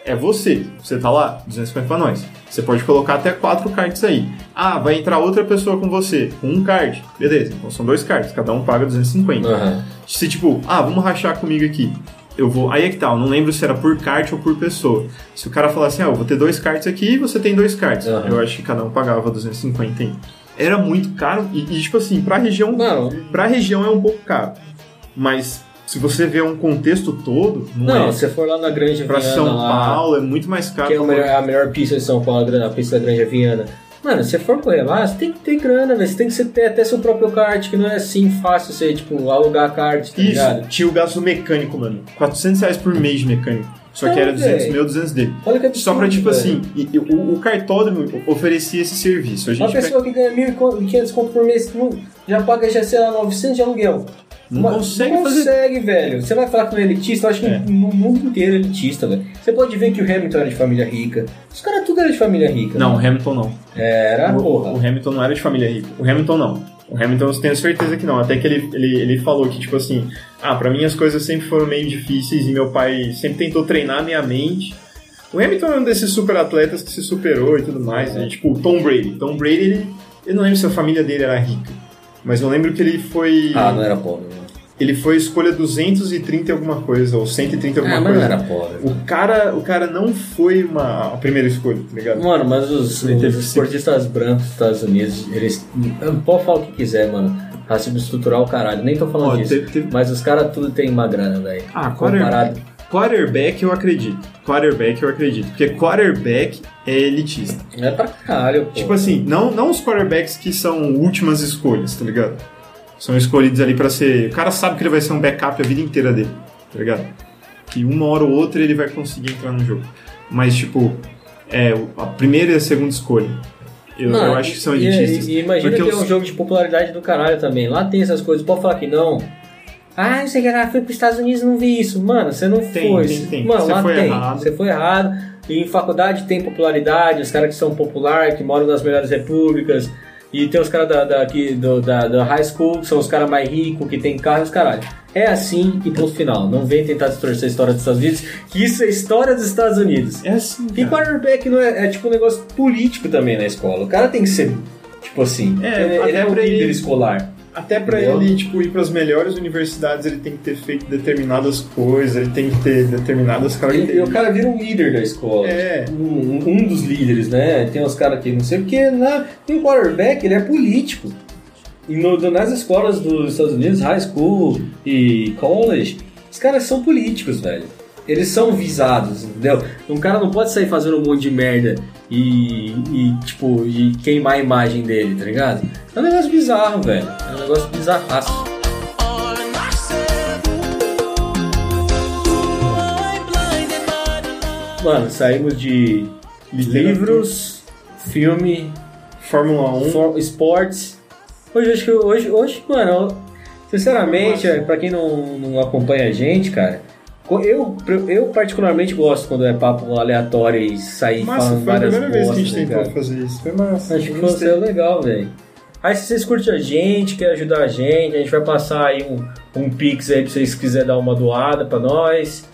Speaker 3: É você. Você tá lá, 250 pra nós. Você pode colocar até quatro cards aí. Ah, vai entrar outra pessoa com você, com um card. Beleza, então são dois cards, cada um paga 250.
Speaker 4: Aham.
Speaker 3: Se tipo, ah, vamos rachar comigo aqui. Eu vou. Aí é que tá, eu não lembro se era por kart ou por pessoa. Se o cara falasse, ah, eu vou ter dois cards aqui e você tem dois cards.
Speaker 4: Aham.
Speaker 3: Eu acho que cada um pagava 250 aí. Era muito caro e, e, tipo assim, pra região.
Speaker 4: Não.
Speaker 3: Pra região é um pouco caro. Mas se você vê um contexto todo, não,
Speaker 4: Não,
Speaker 3: é.
Speaker 4: se você for lá na Granja
Speaker 3: Pra
Speaker 4: Viana,
Speaker 3: São
Speaker 4: lá,
Speaker 3: Paulo é muito mais caro.
Speaker 4: que é o
Speaker 3: pra-
Speaker 4: melhor- a melhor pista de São Paulo, a gran- a pista da Granja Viana. Mano, se você for correr lá, você tem que ter grana, velho. Você tem que ser- ter até seu próprio kart, que não é assim fácil você, tipo, alugar kart, tá ligado?
Speaker 3: Isso, tinha o gasto mecânico, mano. 400 reais por mês de mecânico. Só que
Speaker 4: Não,
Speaker 3: era 200
Speaker 4: véi.
Speaker 3: meu, 200 dele.
Speaker 4: Olha que absurdo,
Speaker 3: Só pra, tipo
Speaker 4: velho.
Speaker 3: assim, e- e o, o cartódromo oferecia esse serviço. A gente
Speaker 4: Uma pessoa que ganha 1.500 conto por mês não- já paga, já sei lá, 900 de aluguel.
Speaker 3: Não
Speaker 4: Mas-
Speaker 3: consegue
Speaker 4: não
Speaker 3: fazer-
Speaker 4: consegue, velho. Você vai falar que não é elitista? Eu acho que
Speaker 3: É.
Speaker 4: no mundo inteiro é elitista, velho. Você pode ver que o Hamilton era de família rica. Os caras tudo era de família rica.
Speaker 3: Não, o Hamilton não.
Speaker 4: Era,
Speaker 3: o,
Speaker 4: É, porra.
Speaker 3: o Hamilton não era de família rica. O Hamilton não. O Hamilton eu tenho certeza que não. Até que ele, ele, ele falou que, tipo assim, ah, pra mim as coisas sempre foram meio difíceis e meu pai sempre tentou treinar a minha mente. O Hamilton é um desses super atletas que se superou e tudo mais,
Speaker 4: É.
Speaker 3: né? Tipo, o Tom Brady. Tom Brady, ele, eu não lembro se a família dele era rica, mas eu lembro que ele foi.
Speaker 4: Ah, não era pobre. né?
Speaker 3: Ele foi escolha 230 e alguma coisa, ou 130 e alguma
Speaker 4: Ah, mas
Speaker 3: coisa.
Speaker 4: não era pobre.
Speaker 3: O cara, o cara não foi uma, a primeira escolha, tá ligado?
Speaker 4: Mano, mas os,
Speaker 3: Ele teve
Speaker 4: os
Speaker 3: que se-
Speaker 4: esportistas brancos dos Estados Unidos, eles. Pode falar o que quiser, mano. Racismo estrutural, caralho. Nem tô falando
Speaker 3: Ó,
Speaker 4: disso.
Speaker 3: teve- teve-
Speaker 4: Mas os caras tudo tem uma grana, velho.
Speaker 3: Ah,
Speaker 4: Comparado.
Speaker 3: quarterback, quarterback eu acredito. Quarterback eu acredito. Porque quarterback é elitista.
Speaker 4: É pra caralho, pô.
Speaker 3: Tipo assim, não, não os quarterbacks que são últimas escolhas, tá ligado? São escolhidos ali pra ser. O cara sabe que ele vai ser um backup a vida inteira dele, tá ligado? Que uma hora ou outra ele vai conseguir entrar no jogo. Mas, tipo, é o- a primeira e a segunda escolha. Eu, eu acho que são
Speaker 4: e-
Speaker 3: elitistas.
Speaker 4: E, e imagina que
Speaker 3: porque
Speaker 4: é um
Speaker 3: os-
Speaker 4: jogo de popularidade do caralho também. Lá tem essas coisas, pode falar que não. Ah, não sei que era, fui pros Estados Unidos e não vi isso. Mano, você não
Speaker 3: Tem,
Speaker 4: foi.
Speaker 3: tem, tem.
Speaker 4: Mano,
Speaker 3: Você
Speaker 4: lá
Speaker 3: foi
Speaker 4: tem.
Speaker 3: errado.
Speaker 4: Você foi errado. E em faculdade tem popularidade, os caras que são popular, que moram nas melhores repúblicas. E tem os caras da, da, que- do- da, da high school, que são os caras mais ricos, que tem carro e os caralho. É assim e ponto final. Não vem tentar distorcer a história dos Estados Unidos, que isso é história dos Estados Unidos.
Speaker 3: É assim.
Speaker 4: E
Speaker 3: Cara.
Speaker 4: quarterback não é, é tipo um negócio político também na escola. O cara tem que ser, tipo assim,
Speaker 3: É,
Speaker 4: ele, ele
Speaker 3: até
Speaker 4: é um
Speaker 3: pra ele-
Speaker 4: líder escolar.
Speaker 3: Até pra
Speaker 4: Entendeu?
Speaker 3: ele tipo, ir pras melhores universidades, ele tem que ter feito determinadas coisas, ele tem que ter determinadas
Speaker 4: Ele,
Speaker 3: características.
Speaker 4: o cara vira um líder da escola.
Speaker 3: É.
Speaker 4: tipo, Um, um dos líderes, né? Tem uns caras que não sei o que. Um quarterback, ele é político. E no- nas escolas dos Estados Unidos, high school e college, os caras são políticos, velho. Eles são visados, entendeu? Um cara não pode sair fazendo um monte de merda e, e, tipo, e queimar a imagem dele, tá ligado? É um negócio bizarro, velho. É um negócio bizarraço.
Speaker 2: All in myself. Ooh, I'm blinded by the
Speaker 4: Mano, saímos de livros, filme,
Speaker 3: Fórmula 1.
Speaker 4: for- esportes. Hoje, eu acho que hoje, hoje, mano, sinceramente, é, pra quem não, não acompanha a gente, cara, co- eu, eu particularmente gosto quando é papo aleatório e sair
Speaker 3: Massa,
Speaker 4: falando
Speaker 3: foi a
Speaker 4: várias
Speaker 3: primeira vez que a gente
Speaker 4: bostas,
Speaker 3: tentou
Speaker 4: cara.
Speaker 3: fazer isso. Foi massa.
Speaker 4: Acho que
Speaker 3: Eu gostei.
Speaker 4: foi legal, velho. Aí se vocês curtem a gente, quer ajudar a gente, a gente vai passar aí um, um pix aí pra vocês quiserem dar uma doada pra nós.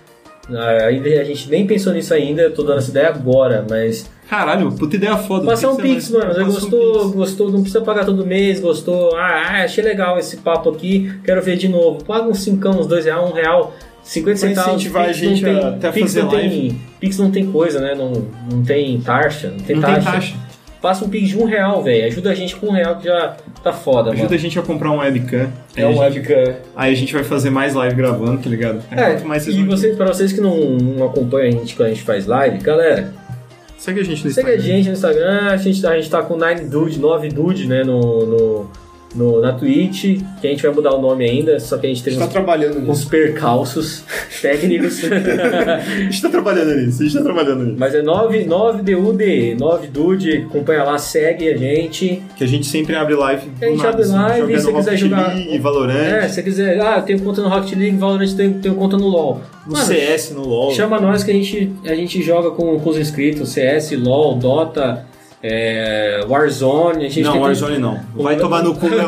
Speaker 4: Ah, Ainda a gente nem pensou nisso ainda, eu tô dando essa ideia agora, mas.
Speaker 3: Caralho, puta ideia foda.
Speaker 4: Passar um
Speaker 3: Tem que
Speaker 4: pix,
Speaker 3: ser
Speaker 4: mano.
Speaker 3: mais-
Speaker 4: Você
Speaker 3: Passa um
Speaker 4: gostou,
Speaker 3: Pix.
Speaker 4: gostou, não precisa pagar todo mês, gostou. Ah, ah, achei legal esse papo aqui, quero ver de novo. Paga uns 5, uns 2 reais, 1 real, 50
Speaker 3: Pra
Speaker 4: centavos.
Speaker 3: incentivar
Speaker 4: Pix
Speaker 3: a gente
Speaker 4: não tem-
Speaker 3: a- até
Speaker 4: Pix
Speaker 3: fazer
Speaker 4: não
Speaker 3: live.
Speaker 4: Tem, pix não tem coisa, né? Não, não tem taxa, não tem
Speaker 3: Não tem
Speaker 4: taxa.
Speaker 3: taxa.
Speaker 4: Faça um pix de um real, velho. Ajuda a gente com um real que já tá foda,
Speaker 3: Ajuda a gente a comprar um webcam. Aí,
Speaker 4: mano.
Speaker 3: a gente-
Speaker 4: É webcam.
Speaker 3: aí a gente vai fazer mais live gravando, tá ligado? Aí
Speaker 4: É,
Speaker 3: quanto mais vocês
Speaker 4: e
Speaker 3: vão-
Speaker 4: vocês, pra vocês que não, não acompanham a gente quando a gente faz live, galera,
Speaker 3: Segue a gente no
Speaker 4: segue a
Speaker 3: Instagram.
Speaker 4: gente no Instagram, a gente, a gente tá com 9dude, 9dude, né, no, no, no- na Twitch, que a gente vai mudar o nome ainda, só que a gente
Speaker 1: A
Speaker 4: teve
Speaker 1: gente tá
Speaker 4: uns,
Speaker 1: trabalhando nisso.
Speaker 4: uns percalços técnicos.
Speaker 3: A gente tá trabalhando nisso, a gente tá trabalhando nisso.
Speaker 4: Mas é 9, 9DUDE, 9dude, acompanha lá, segue a gente.
Speaker 3: Que a gente sempre abre live.
Speaker 4: A gente
Speaker 3: do nada, assim,
Speaker 4: abre live,
Speaker 3: jogando
Speaker 4: se quiser
Speaker 3: Rocket
Speaker 4: jogar-
Speaker 3: League, Valorant,
Speaker 4: É, se você quiser, ah, eu tenho conta no Rocket League, Valorant, tenho, tenho conta no LoL.
Speaker 3: no
Speaker 4: Mano,
Speaker 3: CS, no LoL.
Speaker 4: Chama nós que a gente, a gente joga com, com os inscritos, CS, LoL, Dota, é, Warzone, a gente
Speaker 3: Não,
Speaker 4: tenta-
Speaker 3: Warzone não. Vai tomar no cu, Léo.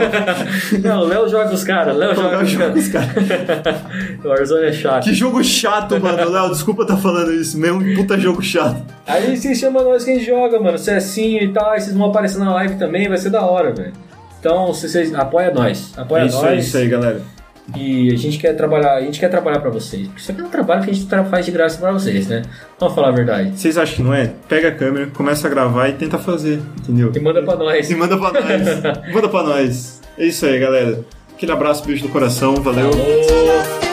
Speaker 4: Não, o Léo joga com os caras, Léo joga com os caras. Warzone é chato.
Speaker 3: Que jogo chato, mano. Léo, desculpa tá falando isso mesmo. Puta jogo chato.
Speaker 4: Aí vocês chamam nós que a gente joga, mano, CSinho e tal, aí vocês vão aparecer na live também, vai ser da hora, velho. Então, se vocês apoia nós, apoia
Speaker 3: É isso,
Speaker 4: nós.
Speaker 3: é isso aí, galera.
Speaker 4: E a gente quer trabalhar, a gente quer trabalhar pra vocês. Porque Isso aqui é um trabalho que a gente tra- faz de graça pra vocês, né? Vamos falar a verdade.
Speaker 3: Vocês acham que não é? Pega a câmera, começa a gravar e tenta fazer, entendeu?
Speaker 4: E manda pra nós.
Speaker 3: E manda pra nós. manda pra nós. É isso aí, galera. Aquele abraço, beijo do coração. Valeu.
Speaker 4: Falou.
Speaker 2: light.